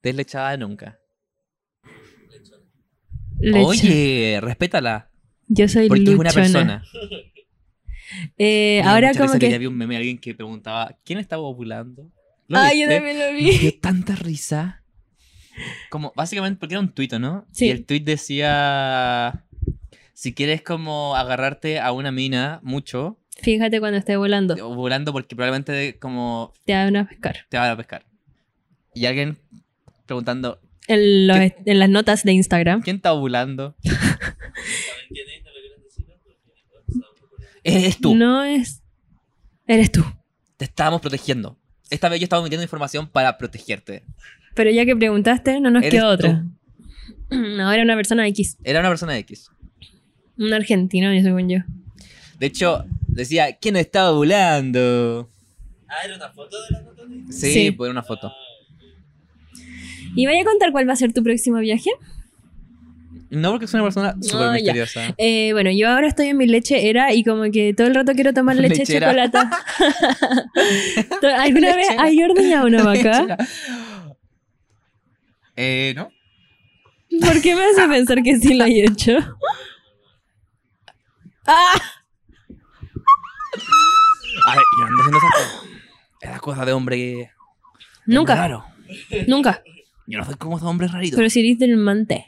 B: Deslechada nunca.
A: Lecha.
B: Oye, respétala.
A: yo soy
B: Porque
A: luchona.
B: es una persona.
A: Eh,
B: Me dio
A: ahora
B: mucha
A: como
B: risa
A: que.
B: ya vi un meme de alguien que preguntaba, ¿quién estaba ovulando? ¿Lo
A: Ay, yo
B: viste?
A: también lo
B: Me [laughs]
A: vi.
B: dio tanta risa. Como, básicamente, porque era un tuit, ¿no?
A: Sí.
B: Y el tuit decía, si quieres como agarrarte a una mina mucho,
A: Fíjate cuando esté volando.
B: ovulando porque probablemente como
A: Te van a pescar.
B: te van a pescar. Y alguien preguntando,
A: En, los-
B: ¿Qué?
A: en las notas de Instagram.
B: ¿quién
A: [laughs]
B: está ovulando?
C: ¿Saben quién es? No lo quieren decir, ¿no? Porque estaba muy bueno.
B: Eres tú.
A: No es. Eres tú.
B: Te estábamos protegiendo. Esta vez yo estaba metiendo información para protegerte.
A: Pero ya que preguntaste, no nos
B: Eres
A: quedó otra. [clears throat] Ahora una persona X.
B: Era una persona X.
A: Un argentino, yo según yo.
B: De hecho, decía, ¿quién estaba ovulando?
C: Ah, era una foto de la nota de
B: Sí,
A: Sí.
B: por una foto.
A: ¿Y vaya a contar cuál va a ser tu próximo viaje?
B: No porque es una persona súper
A: Ah, ya. [laughs]
B: misteriosa.
A: Eh, bueno, yo ahora estoy en mi leche era y como que todo el rato quiero tomar leche de
B: Lechera.
A: chocolate. [laughs]
B: [laughs]
A: ¿Alguna vez
B: [laughs] Lechera.
A: hay ordeñado una vaca?
B: Eh, ¿no?
A: ¿Por qué me hace pensar que sí lo he hecho? ¡Ah!
B: A ver, yo ando haciendo esas cosas. Esas cosas de hombre.
A: Nunca,
B: Claro.
A: nunca.
B: Yo no soy como esos hombres raritos.
A: Pero si eres del mante,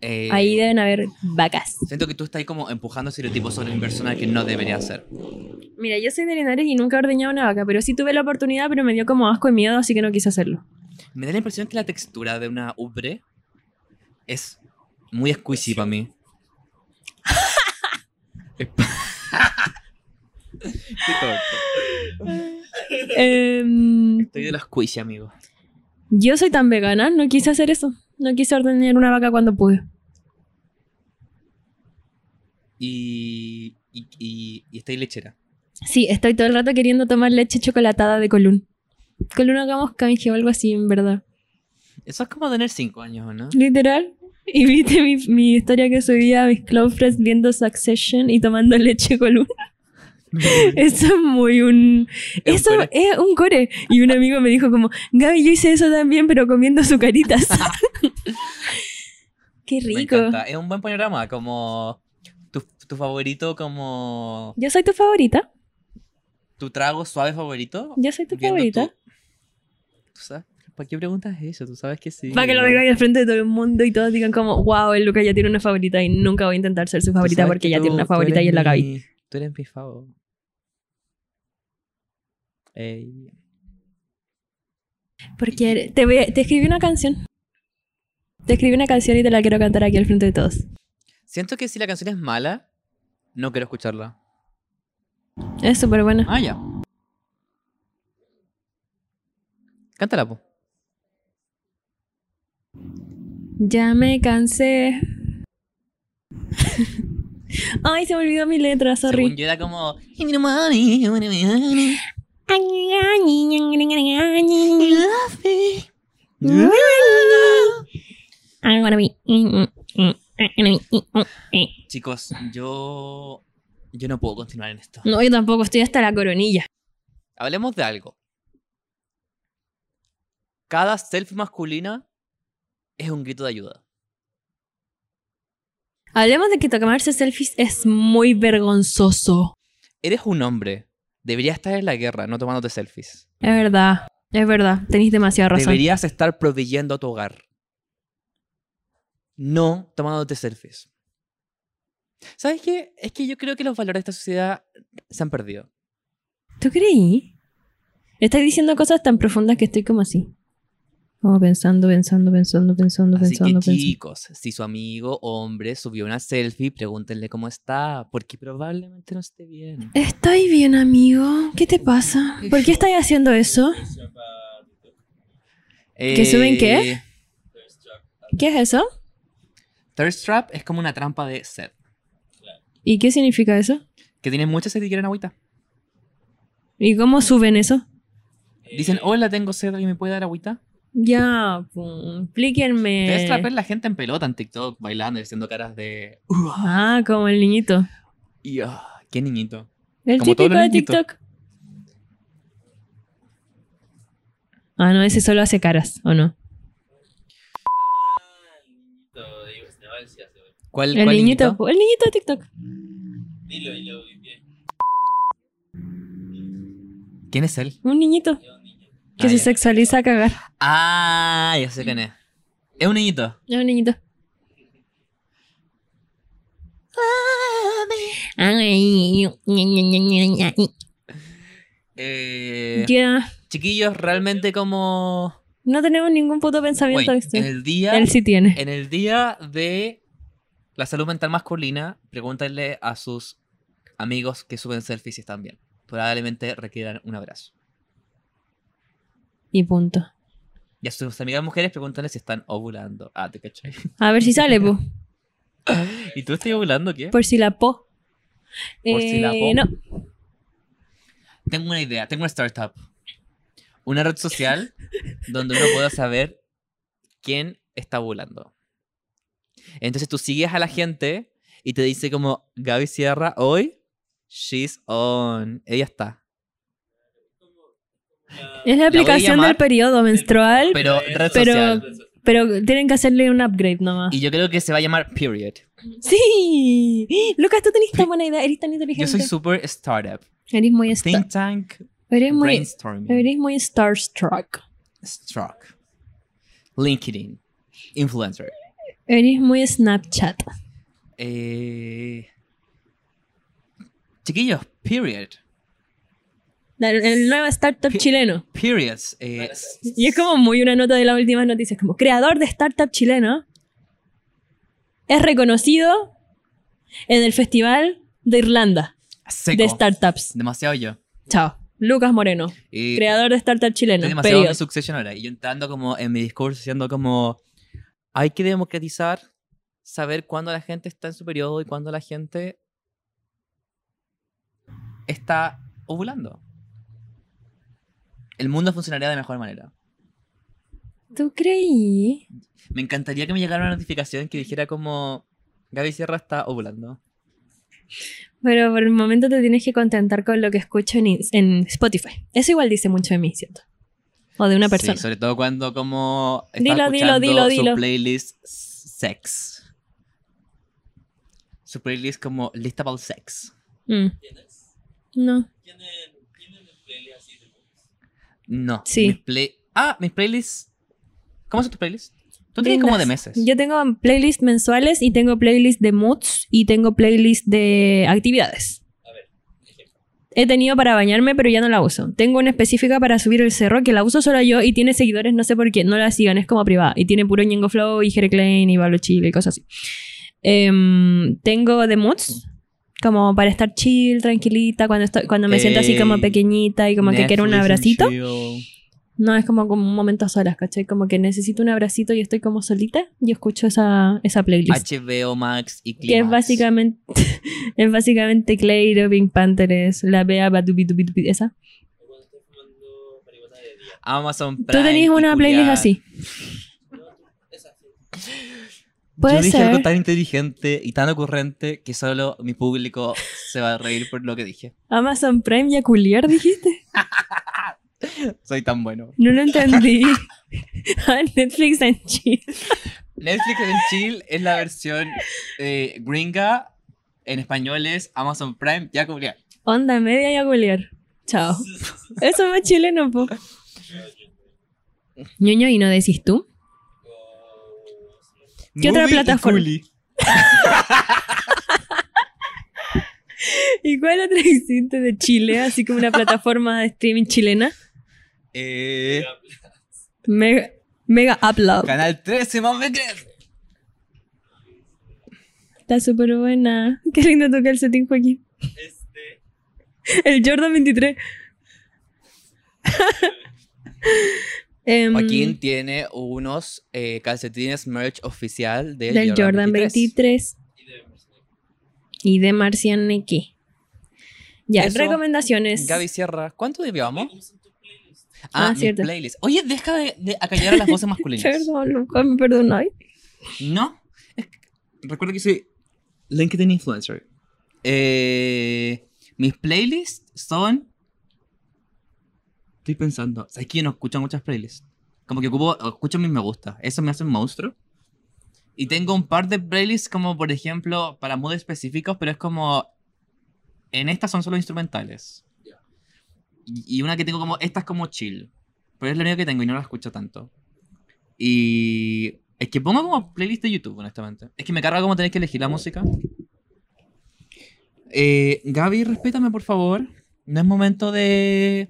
B: Eh,
A: ahí deben haber vacas.
B: Siento que tú estás ahí como empujando estereotipos sobre mi persona que no debería ser.
A: Mira, yo soy de Linares y nunca he ordeñado una vaca, pero sí tuve la oportunidad, pero me dio como asco y miedo, así que no quise hacerlo.
B: Me da la impresión que la textura de una ubre es muy exquisita para mí. Es pa- [laughs] Qué tonto.
A: Em,
B: Estoy de los squishy, amigo.
A: yo soy tan vegana, no quise hacer eso. No quise ordeñar una vaca cuando pude.
B: Y, y, y, y estoy lechera.
A: Sí, estoy todo el rato queriendo tomar leche chocolatada de Colún. Colún hagamos canje o algo así, en verdad.
B: Eso es como tener 5 años, ¿o
A: [laughs]
B: ¿no?
A: Literal. Y viste mi, mi historia que subía a mis close friends viendo Succession y tomando leche
B: [laughs]
A: Colún. Eso es muy un...
B: un
A: Eso
B: core.
A: es un core. Y un amigo me dijo como, Gaby, yo hice eso también, pero comiendo azucaritas.
B: [laughs]
A: Qué
B: Me
A: rico.
B: encanta. Es un buen panorama, como tu, tu favorito, como
A: Yo soy tu favorita.
B: tu trago suave favorito.
A: Yo soy tu
B: viendo
A: favorita.
B: tu- ¿Tú sabes? ¿Para qué preguntas eso? Tú sabes que sí.
A: Para que lo
B: ¿no?
A: digan al frente de todo el mundo y todos digan como, wow, el Lucas ya tiene una favorita y nunca voy a intentar ser su
B: Tú
A: favorita
B: sabes
A: porque
B: que
A: ya
B: tú-
A: tiene una
B: tú
A: favorita
B: eres
A: y es la Gaby.
B: mi- Tú eres mi favor. Ey.
A: Porque eres- te, voy a- te escribí una canción. Te escribí una canción y te la quiero cantar aquí al frente de todos.
B: Siento que si la canción es mala, no quiero escucharla.
A: Es súper buena.
B: Ah, ya. Cántala, po.
A: Ya me cansé. [laughs] Ay, se me olvidó mi letra,
B: Según
A: sorry.
B: yo era como... "You love me".
A: [laughs] I'm gonna be-
B: Chicos, yo... Yo no puedo continuar en esto.
A: No, yo tampoco, estoy hasta la coronilla.
B: Hablemos de algo. Cada selfie masculina es un grito de ayuda.
A: Hablemos de que tomarse selfies es muy vergonzoso.
B: Eres un hombre. Deberías estar en la guerra, no tomándote selfies.
A: Es verdad, es verdad, tenéis demasiada razón.
B: Deberías estar proveyendo a tu hogar. No tomándote selfies. ¿Sabes qué? Es que yo creo que los valores de esta sociedad se han perdido.
A: ¿Tú creí? Estás diciendo cosas tan profundas que estoy como así. Como pensando, pensando, pensando, pensando,
B: Así
A: pensando,
B: que
A: pensando.
B: chicos, si su amigo hombre subió una selfie, pregúntenle cómo está, porque probablemente no esté bien.
A: Estoy bien, amigo. ¿Qué te pasa? ¿Por qué estás haciendo eso? ¿Que suben qué?
B: Eh,
A: ¿Qué es eso?
B: Thirst trap es como una trampa de sed,
A: ¿Y qué significa eso?
B: que tienen mucha sed y quieren agüita.
A: ¿Y cómo suben eso? Eh.
B: Dicen, hola, tengo sed, ¿alguien me puede dar agüita?
A: Ya, pum,
B: Thirst trap es
A: explíquenme.
B: la gente en pelota en TikTok, bailando y haciendo caras de...
A: Ah, como el niñito.
B: Y, ah, ¡Qué niñito!
A: El
B: Como
A: típico
B: todos los
A: de
B: niñitos.
A: TikTok. Ah, no, ese solo hace caras, ¿o no?
C: Ah, el niñito de Ibasneval se hace, güey.
B: ¿Cuál,
A: El
B: cuál
A: niñito, el niñito de TikTok.
C: Dilo y lo bien.
B: ¿Quién es él?
A: Un niñito
C: Es un niño.
A: que
B: Ah,
A: se
B: ya.
A: sexualiza a cagar.
B: Ah, ya sé quién es. Es un niñito.
A: Es un niñito.
B: Eh,
A: Ya,
B: chiquillos, realmente como...
A: no tenemos ningún puto pensamiento
B: Wait,
A: extra.
B: en el día
A: Él sí tiene.
B: en el día de la salud mental masculina, pregúntenle a sus amigos que suben selfies si están bien. Probablemente requieran un abrazo.
A: Y punto.
B: Y a sus amigas mujeres, pregúntenle si están ovulando. Ah, te cachai.
A: A ver si
B: Este
A: sale, po.
B: ¿Y tú estás ovulando qué?
A: Por si la po. Eh,
B: Por si la po.
A: No,
B: Tengo una idea, tengo una startup. Una red social donde uno pueda saber quién está volando. Entonces tú sigues a la gente y te dice como Gaby Sierra hoy, she's on. Ella está.
A: es la
B: voy a
A: aplicación
B: llamar,
A: del periodo menstrual, pero,
B: Pero red
A: Pero- Ah.
B: social.
A: tienen que hacerle un upgrade nomás.
B: Y yo creo que se va a llamar Period.
A: Sí. Lucas, tú tenés tan buena idea. Eres tan inteligente.
B: Yo soy super startup.
A: Eres muy star.
B: Think tank,
A: Eres muy,
B: brainstorming,
A: eres muy starstruck.
B: struck, LinkedIn, influencer.
A: Eres muy Snapchat.
B: Eh... Chiquillos, period.
A: La- El nuevo startup
B: Pi-
A: chileno.
B: Periods. eh,
C: Vale.
B: s-
A: Y es como muy una nota de las últimas noticias, como creador de startup chileno. Es reconocido en el Festival de Irlanda
B: seco.
A: de startups.
B: Demasiado yo.
A: Chao. Lucas Moreno,
B: Y
A: creador de startup chileno.
B: Estoy demasiado
A: Period.
B: en Succession ahora. Y yo entrando como en mi discurso, siendo como... Hay que democratizar, saber cuándo la gente está en su periodo y cuándo la gente está ovulando. El mundo funcionaría de mejor manera.
A: ¿Tú creí?
B: Me encantaría que me llegara una notificación que dijera como... Gaby Sierra está ovulando.
A: Pero por el momento te tienes que contentar con lo que escucho en, ins- en Spotify. Eso igual dice mucho de mí, siento. O de una
B: Sí,
A: persona.
B: sobre todo cuando como está
A: Dilo, dilo,
B: escuchando
A: dilo, dilo.
B: su playlist sex. Su playlist como lista para el sex.
A: Mm,
C: ¿Quién es?
A: no.
C: ¿Quién es? ¿Quién es el playlist así de mujeres?
B: No.
A: Sí.
B: mis play- Ah, mis playlists. ¿Cómo son tus playlists? Tú tienes como de
A: Lindas.
B: meses.
A: Yo tengo playlists mensuales y tengo playlist de moods y tengo playlist de actividades.
C: A ver, ejemplo.
A: He tenido para bañarme, pero ya no la uso. Tengo una específica para subir el cerro que la uso solo yo y tiene seguidores, no sé por qué, no la sigan, es como privada. Y tiene puro Ñengo Flow y Jere Klein y Balo Chile y cosas así. Em, tengo The Moods, como para estar chill, tranquilita, cuando, estoy- cuando me siento así como
B: Ey,
A: pequeñita y como que quiero un
B: Netflix
A: abracito.
B: and chill.
A: No, es como, como un momento a solas, ¿cachai? Como que necesito un abracito y estoy como solita y escucho esa, esa playlist.
B: HBO Max y
A: Que es
B: Climax.
A: básicamente, [laughs] es básicamente Clairo, Pink Panthers, la Bea, Batubi, Dubi, Dubi, esa.
C: O cuando estoy fumando marihuana de día.
B: Amazon
A: Tú
B: Prime y
A: tenías una playlist
B: culiar.
A: así.
C: No, tú, esa sí.
A: Puede
B: Yo dije
A: ser.
B: algo tan inteligente y tan ocurrente que solo mi público se va a reír por lo que dije.
A: Amazon Prime y a culiar, dijiste.
B: Soy tan bueno.
A: No lo entendí. [laughs] Ah, Netflix and chill.
B: Netflix en Chill es la versión eh, gringa. En español es Amazon Prime. Ya cubría.
A: Onda media y a culiar. Chao. Eso es más chileno,
B: [laughs]
A: po. Ñoño, ¿y no decís tú?
C: O-
A: ¿Qué otra plataforma? ¿Y cuál otra hiciste de Chile? Así como una plataforma de streaming chilena.
B: Eh,
A: Mega, mega Upload.
B: Canal 13, más me crees.
A: Está súper buena. Qué lindo toca el setín, Joaquín.
C: Este.
A: El Jordan 23. Em,
B: Joaquín tiene unos eh, calcetines merch oficial del,
A: del Jordan
B: 23.
A: 23
C: Y de
A: y de Marcianeque. Ya,
B: Eso,
A: recomendaciones.
B: Gaby Sierra, ¿cuánto llevamos?
C: ¿Cómo son tus playlists?
A: Ah,
B: Ah, mis
A: cierto.
B: playlist. Oye, deja de, de acallar a las voces
A: [laughs]
B: masculinas.
A: Perdón, Lucas, me ¿eh? perdonáis.
B: No. es que- Recuerda que soy LinkedIn influencer. Eh, mis playlists son. Estoy pensando. ¿Sabes que yo no escucho muchas playlists? Como que ocupo, escucho mis me gusta. Eso me hace un monstruo. Y tengo un par de playlists, como por ejemplo, para moods específicos, pero es como. En estas son solo instrumentales.
C: Ya.
B: Y y una que tengo como. Esta es como chill. Pero es la única que tengo y no la escucho tanto. Y es que pongo como playlist de YouTube, honestamente. Es que me carga como tener que elegir la música. Eh, Gaby, respétame, por favor. No es momento de.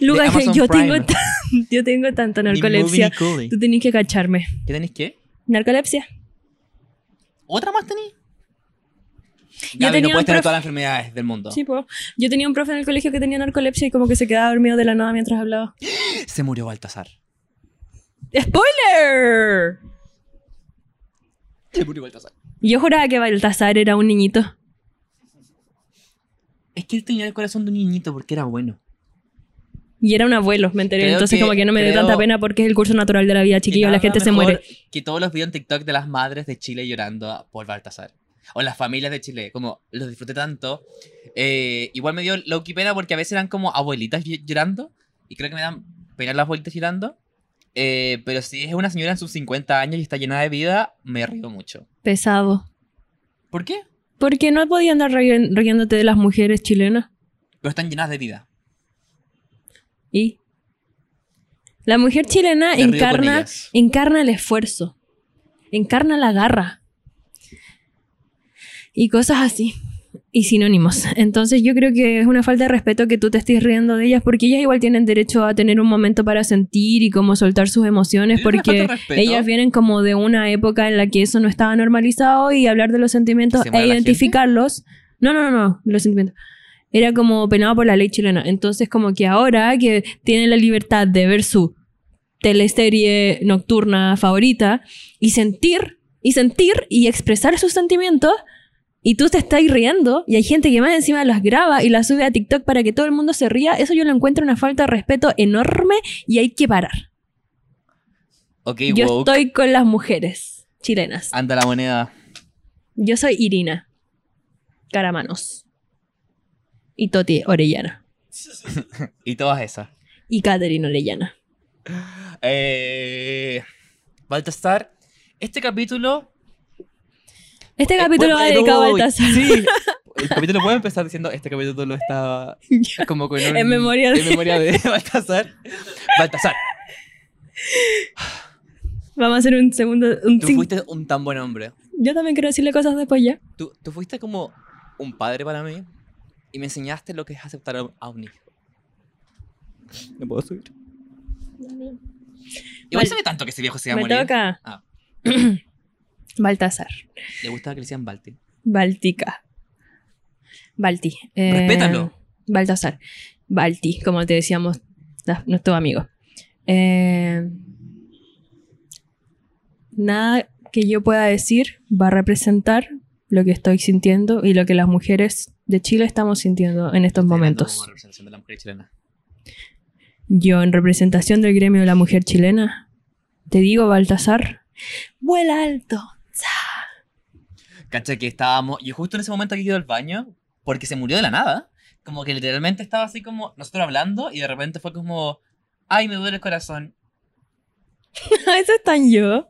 A: Lucas,
B: Amazon
A: yo
B: Prime.
A: tengo, tan- yo tengo tanto
B: ni movie
A: narcolepsia.
B: ni coolie.
A: Tú tenés que cacharme.
B: ¿Qué tenéis qué?
A: ¿Narcolepsia?
B: ¿Otra más tenéis?
A: Yo
B: Gaby, no
A: tenía un
B: puedes tener
A: prof-
B: todas las enfermedades del mundo.
A: Sí, po. Yo tenía un profe en el colegio que tenía narcolepsia y como que se quedaba dormido de la nada mientras hablaba.
B: Se murió Baltasar.
A: ¡Spoiler!
B: Se murió Baltasar.
A: Yo juraba que Baltasar era un niñito.
B: Es que él tenía el corazón de un niñito porque era bueno.
A: Y era un abuelo, me enteré.
B: Creo
A: Entonces,
B: que-
A: como que no me dio
B: creo-
A: tanta pena porque es el curso natural de la vida, chiquillo.
B: Que
A: La
B: nada
A: gente se
B: mejor
A: muere.
B: Que todos los videos en TikTok de las madres de Chile llorando por Baltasar. O las familias de Chile, como los disfruté tanto. Eh, igual me dio low-key pena porque a veces eran como abuelitas ll- llorando. Y creo que me dan pena las abuelitas llorando. Eh, pero si es una señora en sus 50 años y está llena de vida, me río mucho.
A: Pesado.
B: ¿Por qué?
A: Porque no podía andar ri- riéndote de las mujeres chilenas.
B: Pero están llenas de vida.
A: Y. La mujer chilena
B: Me río con
A: encarna,
B: ellas.
A: encarna el esfuerzo. Encarna la garra. Y cosas así. Y sinónimos. Entonces yo creo que es una falta de respeto que tú te estés riendo de ellas porque ellas igual tienen derecho a tener un momento para sentir y como soltar sus emociones
B: Yo creo que
A: porque
B: falta de respeto.
A: ellas vienen como de una época en la que eso no estaba normalizado y hablar de los sentimientos
B: ¿Se
A: e
B: muere la gente?
A: identificarlos. No, no, no, no, los sentimientos. Era como penado por la ley chilena. Entonces como que ahora que tienen la libertad de ver su teleserie nocturna favorita y sentir y sentir y expresar sus sentimientos y tú te estás riendo y hay gente que más encima las graba y las sube a TikTok para que todo el mundo se ría, eso yo lo encuentro una falta de respeto enorme y hay que parar.
B: Ok,
A: yo
B: woke.
A: estoy con las mujeres chilenas.
B: Anda la moneda.
A: Yo soy Irina Caramanos y Toti Orellana
B: Y todas esas.
A: y Caterina Orellana.
B: Eh, Baltasar, este capítulo
A: Este
B: Eh,
A: capítulo
B: bueno,
A: va
B: eh,
A: dedicado a
B: uy,
A: Baltasar. [laughs]
B: Sí. El capítulo puede empezar diciendo este capítulo lo está como con un-
A: En memoria de-
B: en memoria de Baltasar. Baltasar,
A: Vamos a hacer un segundo un
B: tú
A: cin-
B: fuiste un tan buen hombre.
A: Yo también quiero decirle cosas después ya.
B: Tú, tú fuiste como un padre para mí y me enseñaste lo que es aceptar a- a un hijo. No puedo subir. Igual
A: Vale.
B: sabe tanto que ese viejo se iba a
A: Me
B: morir.
A: toca.
B: Ah.
A: [clears throat] Baltasar.
B: Le gustaba que le decían Balti.
A: Baltica. Balti. eh,
B: Respétalo.
A: Baltasar. Balti, como te decíamos, la- nuestro amigo. Eh, nada que yo pueda decir va a representar lo que estoy sintiendo y lo que las mujeres de Chile estamos sintiendo en estos
B: Estoy hablando
A: momentos.
B: como representación de la mujer chilena.
A: Yo, en representación del gremio de la mujer chilena, te digo, Baltasar, vuela alto. [laughs]
B: Cacha que estábamos. Yo justo en ese momento que ido al baño, porque se murió de la nada. Como que literalmente estaba así como nosotros hablando y de repente fue como. Ay, me duele el corazón.
A: Eso están yo.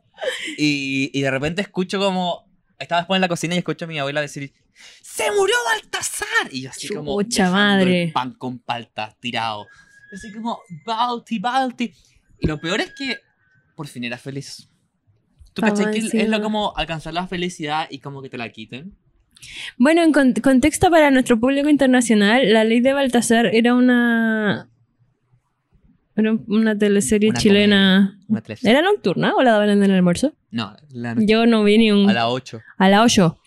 B: Y, y de repente escucho como. Estaba después en la cocina y escucho a mi abuela decir: ¡Se murió Baltasar! Y yo así como.
A: Chucha
B: dejando
A: madre.
B: el pan con palta tirado. Y Así como, Balti, Balti. Y lo peor es que por fin era feliz. ¿Tú
A: Vamos
B: cachai que es
A: encima.
B: lo como alcanzar la felicidad y como que te la quiten?
A: Bueno, en con- contexto para nuestro público internacional, la ley de Baltasar era una. Era un- una teleserie
B: Una
A: chilena.
B: Una tres.
A: ¿Era nocturna o la daban en el almuerzo?
B: No, la noche.
A: Yo no vi ni un.
B: A las 8.
A: A las 8.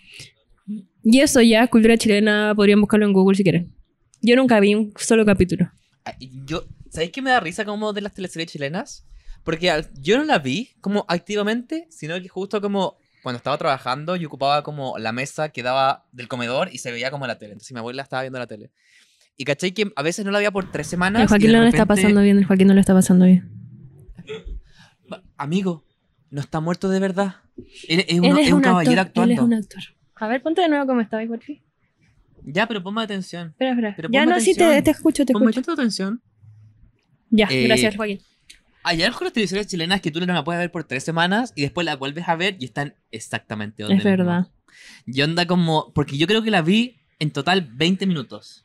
A: Y eso ya, cultura chilena, podrían buscarlo en Google si quieren. Yo nunca vi un solo capítulo.
B: Ah, Yo, ¿Sabéis qué me da risa como de las teleseries chilenas? Porque al- yo no la vi como activamente, sino que justo como cuando estaba trabajando, yo ocupaba como la mesa que daba del comedor y se veía como la tele. Entonces mi abuela estaba viendo la tele. Y caché que a veces no la veía por tres semanas.
A: El
B: y
A: Joaquín
B: de
A: no lo está
B: repente,
A: pasando bien, el Joaquín no lo está pasando bien.
B: "Ma- Amigo, no está muerto de verdad. Él es,
A: él
B: uno-
A: es,
B: es
A: un
B: un caballero
A: actor, él es
B: actuando.
A: un actor. A ver, ponte de nuevo cómo estaba, Joaquín.
B: Ya, pero ponme atención.
A: Espera, espera.
B: Pero
A: ya
B: ponme
A: no, sí, te,
B: atención.
A: te escucho, te
B: Ponme
A: escucho.
B: tanta atención.
A: Ya,
B: Eh,
A: gracias, Joaquín.
B: Hay algo con las televisiones chilenas que tú no la puedes ver por tres semanas y después la vuelves a ver y están exactamente donde
A: Es
B: mismo.
A: verdad.
B: Y onda como. Porque yo creo que la vi en total 20 minutos.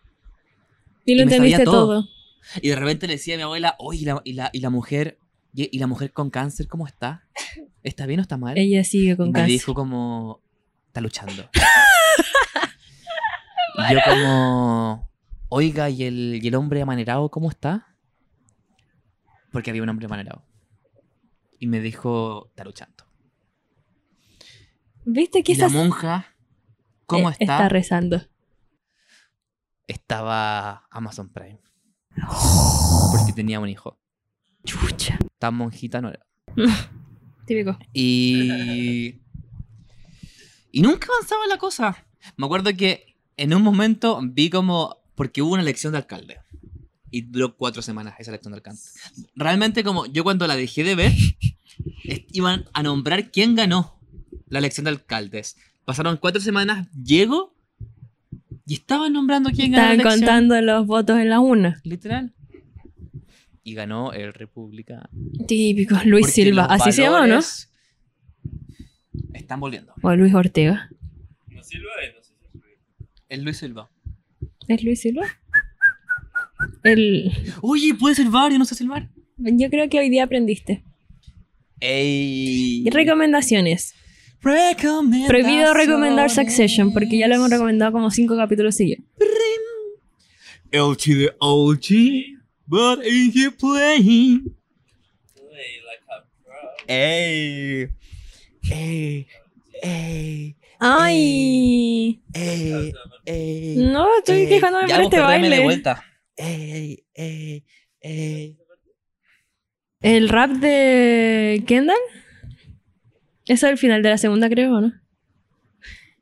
A: Y lo
B: Y me sabía
A: entendiste todo.
B: todo. Y de repente le decía a mi abuela, oye, ¿y la, y la, y la mujer. Y, y la mujer con cáncer cómo está? ¿Está bien o está mal?
A: Ella sigue
B: y
A: con
B: me
A: cáncer.
B: dijo como. Está luchando. y yo como. Oiga, ¿y el, ¿y el hombre amanerado cómo está? Porque había un hombre amanerado. Y me dijo, está luchando.
A: ¿Viste que
B: Y la
A: esa
B: monja, ¿cómo
A: eh,
B: está?
A: rezando.
B: Estaba Amazon Prime. Porque tenía un hijo.
A: Chucha.
B: Tan monjita no era.
A: Típico.
B: Y. Y nunca avanzaba la cosa. Me acuerdo que en un momento vi como. Porque hubo una elección de alcalde. Y duró cuatro semanas esa elección de alcalde. Realmente, como yo cuando la dejé de ver, es- iban a nombrar quién ganó la elección de alcaldes. Pasaron cuatro semanas, llego y estaban nombrando quién ganó. la
A: Estaban
B: elección.
A: contando los votos en la una.
B: Literal. Y ganó el republicano.
A: Típico. Luis
B: Porque
A: Silva.
B: los
A: Así se llama, ¿o ¿no?
B: valores Están volviendo.
A: O Luis Ortega.
C: No sirve, no sé si sirve.
B: El Luis Silva.
A: ¿Es Luis Silva? El...
B: Oye, ¿puedes silbar? Yo no sé silbar.
A: Yo creo que hoy día aprendiste.
B: Ey.
A: Y recomendaciones.
B: Recomendaciones.
A: Prohibido recomendar Succession porque ya lo hemos recomendado como cinco capítulos seguidos.
B: LT the OG, but in here playing.
C: Hey, like a pro.
B: Ey. Ey. Ey.
A: ¡Ay!
B: Ey. Ey.
A: No, estoy
B: Ey.
A: quejándome
B: Eh, Ya,
A: por
B: vos,
A: este
B: pero tráeme de
A: baile.
B: vuelta. Ey, ey, ey.
A: El rap de Kendall. Eso es el final de la segunda, creo, ¿o ¿no?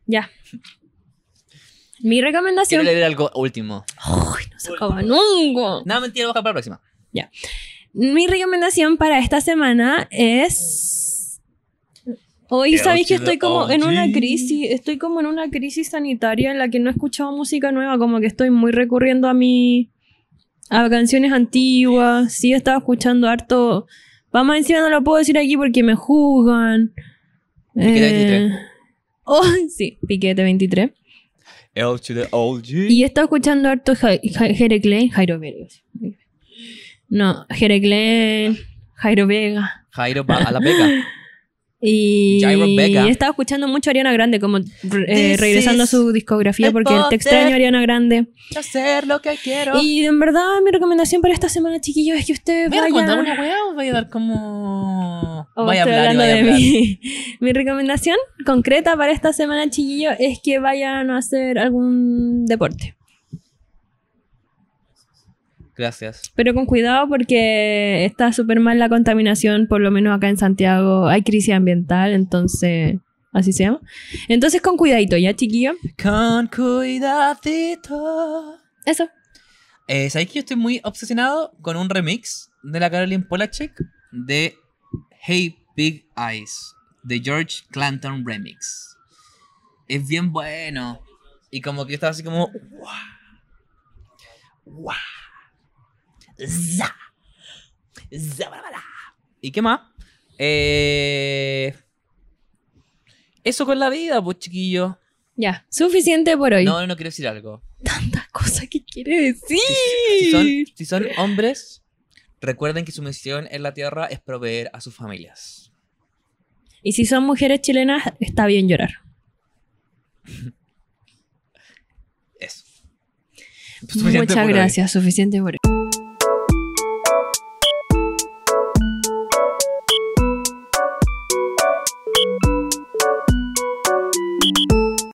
A: Ya. Mi
B: Quiero
A: recomendación.
B: leer algo último.
A: Uy, no se acaba nunca.
B: No, mentira, baja para la próxima.
A: Mi recomendación para esta semana es. Hoy
B: El
A: sabéis que
B: chido
A: estoy como en una
B: OG.
A: crisis, estoy como en una crisis sanitaria en la que no he escuchado música nueva, como que estoy muy recurriendo a mi a canciones antiguas. Sí he estado escuchando harto. Vamos encima no lo puedo decir aquí porque me juzgan.
B: Piquete 23.
A: [laughs] oh, sí, piquete 23.
B: L to the OG.
A: Y he estado escuchando harto Ja- Ja- Jere Klein, Jairo Vega. No, Jere Klein, Jairo Vega.
B: Jairo va a la
A: [laughs]
B: beca.
A: Y
B: Jairo Vega.
A: he estado escuchando mucho a Ariana Grande, como eh,
B: This
A: regresando a
B: is
A: su discografía,
B: the
A: porque te
B: poder.
A: extraño Ariana Grande.
B: Hacer lo que quiero.
A: Y en verdad, mi recomendación para esta semana, chiquillos, es que ustedes
B: ¿Voy a contar
A: vayan...
B: una weá o voy a dar como.?
A: Oh,
B: voy a
A: estoy
B: hablar y
A: hablando
B: voy a
A: de
B: hablar.
A: mí. [laughs] Mi recomendación concreta para esta semana, chiquillos, es que vayan a hacer algún deporte.
B: Gracias.
A: Pero con cuidado porque está súper mal la contaminación, por lo menos acá en Santiago hay crisis ambiental, entonces, así se llama. Entonces con cuidadito, ¿ya, chiquillo?
B: Con cuidadito.
A: Eso.
B: Eh, ¿Sabéis que yo estoy muy obsesionado con un remix de la Caroline Polachek de Hey Big Eyes, de George Clanton Remix? Es bien bueno. Y como que yo estaba así como. ¡Guau! ¡Guau! ¡Za! ¡Za, bala, bala! ¿Y qué más? Eh, Eso con la vida, pues chiquillo.
A: Ya, suficiente por hoy.
B: No, no quiero decir algo.
A: Tanta cosa que quiere decir.
B: Si son, si son hombres, recuerden que su misión en la tierra es proveer a sus familias.
A: Y si son mujeres chilenas, está bien llorar.
B: Suficiente
A: Muchas
B: Pues, por hoy.
A: gracias, suficiente por hoy.